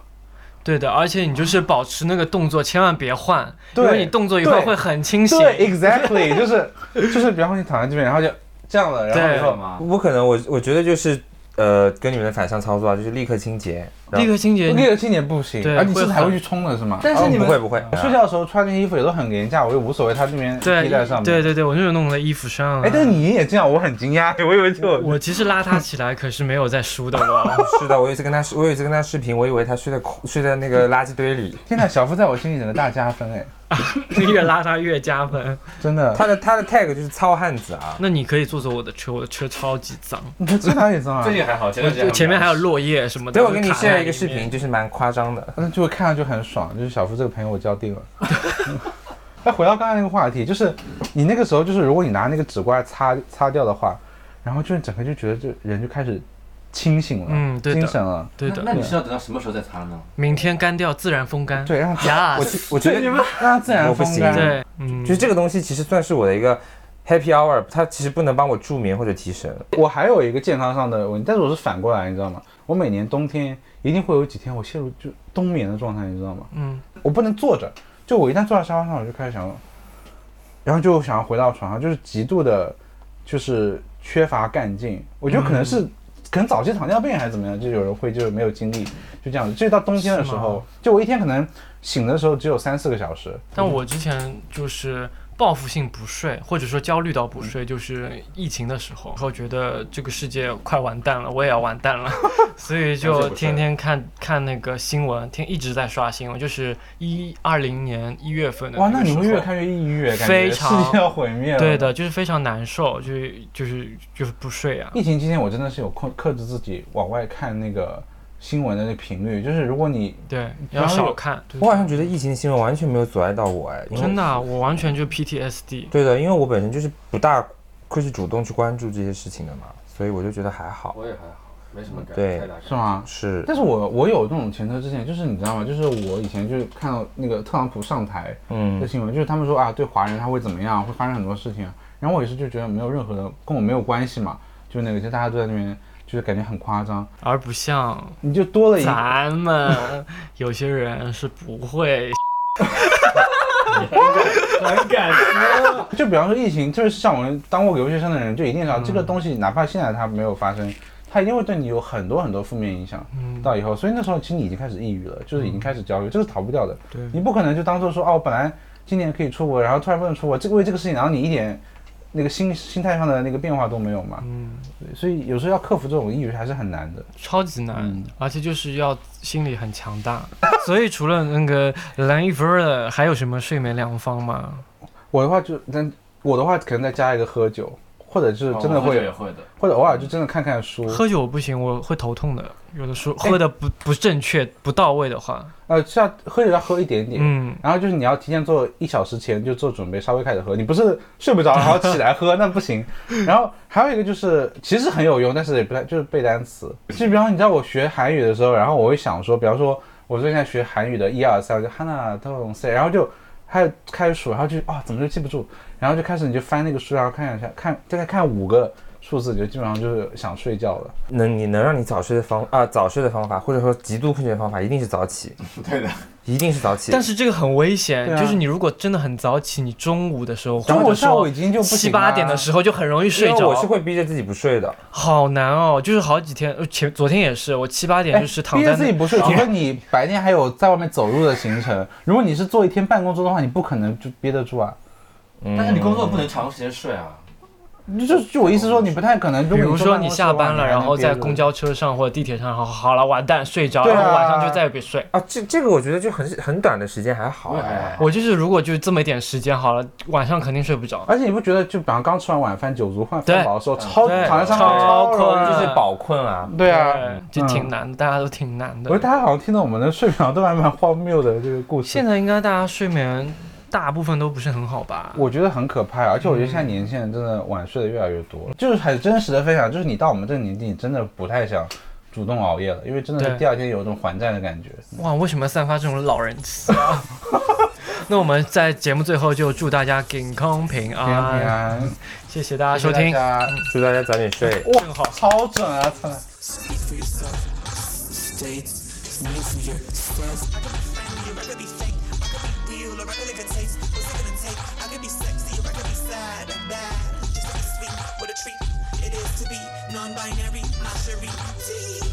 Speaker 1: 对的，而且你就是保持那个动作，千万别换，因
Speaker 2: 对
Speaker 1: 为你动作一换
Speaker 2: 对
Speaker 1: 会很清醒。
Speaker 2: 对，exactly，就是 就是，比方说你躺在这边，然后就这样了，然后以
Speaker 1: 对
Speaker 4: 对
Speaker 2: 后
Speaker 4: 吗？
Speaker 3: 我可能我我觉得就是呃，跟你们的反向操作啊，就是立刻清洁。然
Speaker 1: 立
Speaker 3: 后
Speaker 1: 刻清洁，
Speaker 2: 那个清洁不行，
Speaker 1: 对
Speaker 2: 而你是
Speaker 1: 会
Speaker 2: 还会
Speaker 1: 很
Speaker 2: 去冲的是啊吗？哦
Speaker 4: 但是你
Speaker 3: 哦不
Speaker 4: 们
Speaker 3: 会不会，
Speaker 2: 睡觉的时候穿那些衣服也都很廉价，我又无所谓，它这边
Speaker 1: 对
Speaker 2: 披在上面。
Speaker 1: 对对对，我就是弄在衣服上、啊。
Speaker 2: 哎，但是你也这样，我很惊讶，哎我以为就
Speaker 1: 我其实邋遢起来可是没有在梳的哦。
Speaker 3: 是的，我有一次跟他视，我有一次跟他视频，我以为他睡在空睡在那个垃圾堆里。
Speaker 2: 天呐，小夫在我心里整个大加分哎，
Speaker 1: 越邋遢越加分。
Speaker 2: 真的，
Speaker 3: 他的他的 tag 就是糙汉子啊，
Speaker 1: 那你可以坐坐我的车，我的车超级脏，
Speaker 2: 你的这哪里脏啊？
Speaker 4: 最近还好，前段时间
Speaker 1: 前面还有落叶什么的。
Speaker 3: 对，我给你
Speaker 1: 就卡在
Speaker 3: share 一
Speaker 1: 里
Speaker 3: 个视
Speaker 1: 面
Speaker 3: 频，，就是蛮夸张的。
Speaker 2: 那就 哎看上去很爽，就是小夫这个朋友我交定了。那回到刚才那个话题，就是你那个时候就是，如果你拿那个纸刮擦擦掉的话，然后就是整个就觉得这人就开始清醒了，
Speaker 1: 嗯对的
Speaker 2: 精神了。
Speaker 1: 对的
Speaker 4: 那，你是要等到什么时候再擦呢？
Speaker 1: 明天干掉自然风干。
Speaker 2: 对，让
Speaker 1: 呀
Speaker 2: 我，觉我觉得
Speaker 4: 你们
Speaker 2: 让它自然
Speaker 3: 我不
Speaker 2: 风
Speaker 3: 行
Speaker 2: 干。
Speaker 1: 对，嗯
Speaker 3: 就，是这个东西其实算是我的一个 happy hour，它其实不能帮我助眠或者提神。
Speaker 2: 我还有一个健康上的问题，但是我是反过来，你知道吗？我每年冬天一定会有几天我陷入就冬眠的状态，你知道吗？
Speaker 1: 嗯，
Speaker 2: 我不能坐着，就我一旦坐在沙发上，我就开始想，然后就想要回到床上，就是极度的，就是缺乏干劲。我觉得可能
Speaker 1: 嗯
Speaker 2: 是、可能早期糖尿病还是怎么样，就有人会就是没有精力，就这样子。就到冬天的时
Speaker 1: 是
Speaker 2: 候
Speaker 1: 吗，
Speaker 2: 就我一天可能醒的时候只有三四个小时，
Speaker 1: 但我之前就是报复性不睡，或者说焦虑到
Speaker 2: 嗯
Speaker 1: 不睡，就是疫情的时候，然后觉得这个世界快完蛋了，我也要完蛋了， 所以
Speaker 4: 那
Speaker 1: 就是
Speaker 4: 不是
Speaker 1: 天天看看那个新闻，天一直在刷新闻，就是一二零年一月份的
Speaker 2: 哇，
Speaker 1: 个
Speaker 2: 那你
Speaker 1: 时
Speaker 2: 会越
Speaker 1: 候
Speaker 2: 看越抑郁，感
Speaker 1: 非
Speaker 2: 觉
Speaker 1: 常
Speaker 2: 世界要毁灭了。
Speaker 1: 对。的，就是非常难受，就是就是就是不睡啊。
Speaker 2: 疫情期间，我真的是有控克制自己往外看那个新闻的那频率，就是如果你
Speaker 1: 对，
Speaker 2: 然
Speaker 1: 要
Speaker 2: 后
Speaker 1: 少
Speaker 2: 有
Speaker 1: 看。对
Speaker 3: 我好像觉得疫情的新闻完全没有阻碍到我，哎，因为
Speaker 1: 真的啊、我完全就 PTSD。
Speaker 3: 对的，因为我本身就是不大会去主动去关注这些事情的嘛，所以我就觉得还好。
Speaker 4: 我也还好，没什么感
Speaker 3: 对
Speaker 4: 太大感
Speaker 2: 是吗？
Speaker 3: 是，
Speaker 2: 但是我我有那种前车之鉴，就是你知道吗？就是我以前就是看到那个特朗普上台
Speaker 3: 嗯
Speaker 2: 的，新闻，就是他们说啊，对华人他会怎么样，会发生很多事情啊。然后我也是就觉得没有任何的跟我没有关系嘛，就那个就大家都在那边就是感觉很夸张，
Speaker 1: 而不像
Speaker 2: 你就多了一
Speaker 1: 咱们有些人是不会
Speaker 4: 觉，很感动。
Speaker 2: 就比方说疫情，就是像我们当过留学生的人，就一定知道、这个东西，哪怕现在它没有发生，它一定会对你有很多很多负面影响。
Speaker 1: 嗯
Speaker 2: 到以后，所以那时候其实你已经开始抑郁了，就是已经开始焦虑，这是逃不掉的。
Speaker 1: 对
Speaker 2: 你不可能就当做说哦，我本来今年可以出国，然后突然不能出国，这个为这个事情，然后你一点那个心心态上的那个变化都没有嘛。嗯，所以有时候要克服这种抑郁还是很难的。
Speaker 1: 超级难，
Speaker 2: 嗯
Speaker 1: 而且就是要心理很强大。 所以除了那个蓝衣 v 的，还有什么睡眠良方吗？
Speaker 2: 我的话就但我的话可能再加一个喝酒，或者是真的
Speaker 4: 我哦喝酒
Speaker 2: 会，
Speaker 4: 也会的。
Speaker 2: 或者偶尔就真的看看书。
Speaker 1: 喝酒不行，我会头痛的。有的时候
Speaker 2: 哎
Speaker 1: 喝的不不正确、不到位的话，
Speaker 2: 呃，是要喝酒要喝一点点。
Speaker 1: 嗯，
Speaker 2: 然后就是你要提前做一小时前就做准备，稍微开始喝。你不是睡不着然后起来喝，那不行。然后还有一个就是，其实很有用，但是也不太就是背单词。就比方你知道我学韩语的时候，然后我会想说，比方说我最近在学韩语的一二三，就 hana don s 然后就开始开始数，然后就啊、怎么就记不住，然后就开始你就翻那个书，然后看一下看大概看五个数字，你就基本上就是想睡觉了。
Speaker 3: 能你能让你早睡的方啊、早睡的方法，或者说极度困倦的方法，一定是早起，
Speaker 4: 对的，
Speaker 3: 一定是早起。
Speaker 1: 但是这个很危险，
Speaker 2: 对啊
Speaker 1: 就是你如果真的很早起，你中午的时候，
Speaker 2: 中午
Speaker 1: 或者
Speaker 2: 下午
Speaker 1: 说
Speaker 2: 已经就不
Speaker 1: 七
Speaker 2: 行
Speaker 1: 八
Speaker 2: 啦
Speaker 1: 点的时候就很容易睡
Speaker 3: 因为
Speaker 1: 着。
Speaker 3: 我是会逼着自己不睡的，
Speaker 1: 好难哦，就是好几天，呃前昨天也是，我七八点就是躺
Speaker 2: 哎憋
Speaker 1: 在
Speaker 2: 自己
Speaker 1: 那，
Speaker 2: E 不睡，除非你白天还有在外面走路的行程。如果你是做一天办公桌的话，你不可能就憋得住啊。
Speaker 3: 嗯
Speaker 4: 但是你工作不能长时间睡啊。
Speaker 2: 你就就我意思说，你不太可能。
Speaker 1: 比如说你下班了，然后在公
Speaker 2: 公交。
Speaker 1: 交车上或者地铁上，然后好了完蛋睡着，
Speaker 2: 对啊
Speaker 1: 然后晚上就再也别睡。
Speaker 3: 啊，这这个我觉得就很很短的时间还好
Speaker 4: 我也还
Speaker 3: 哎，
Speaker 4: 好
Speaker 1: 我就是如果就这么一点时间好了，晚上肯定睡不着。
Speaker 2: 而且你不觉得，就比方刚吃完晚饭，酒足饭饭饱的时候，超
Speaker 1: 对
Speaker 2: 躺在上面
Speaker 1: 超
Speaker 2: 容
Speaker 1: 困
Speaker 2: 易
Speaker 3: 就是饱困啊。
Speaker 2: 对啊，
Speaker 1: 对，就挺难，大家都挺难
Speaker 2: 我觉得
Speaker 1: 的。
Speaker 2: 大家好像听到我们的睡不着都还蛮荒谬的这个故事
Speaker 1: 现。在应该大家睡眠大部分都不是很好吧？
Speaker 2: 我觉得很可怕，啊而且我觉得现
Speaker 1: 嗯
Speaker 2: 在年轻人真的晚睡的越来越多，就是很真实的分享，就是你到我们这个年纪，你真的不太想主动熬夜了，因为真的
Speaker 1: 对
Speaker 2: 是第二天有一种还债的感觉。
Speaker 1: 哇，为什么散发这种老人气啊？那我们在节目最后就祝大家健康平
Speaker 2: 平安平
Speaker 1: 安，
Speaker 2: 安，
Speaker 1: 谢谢大家收
Speaker 2: 谢谢大
Speaker 1: 听。
Speaker 2: 家嗯
Speaker 3: 祝大家早点睡。
Speaker 1: 正好
Speaker 2: 超准啊！操！
Speaker 5: What a treat it is to be non-binary, not cherie.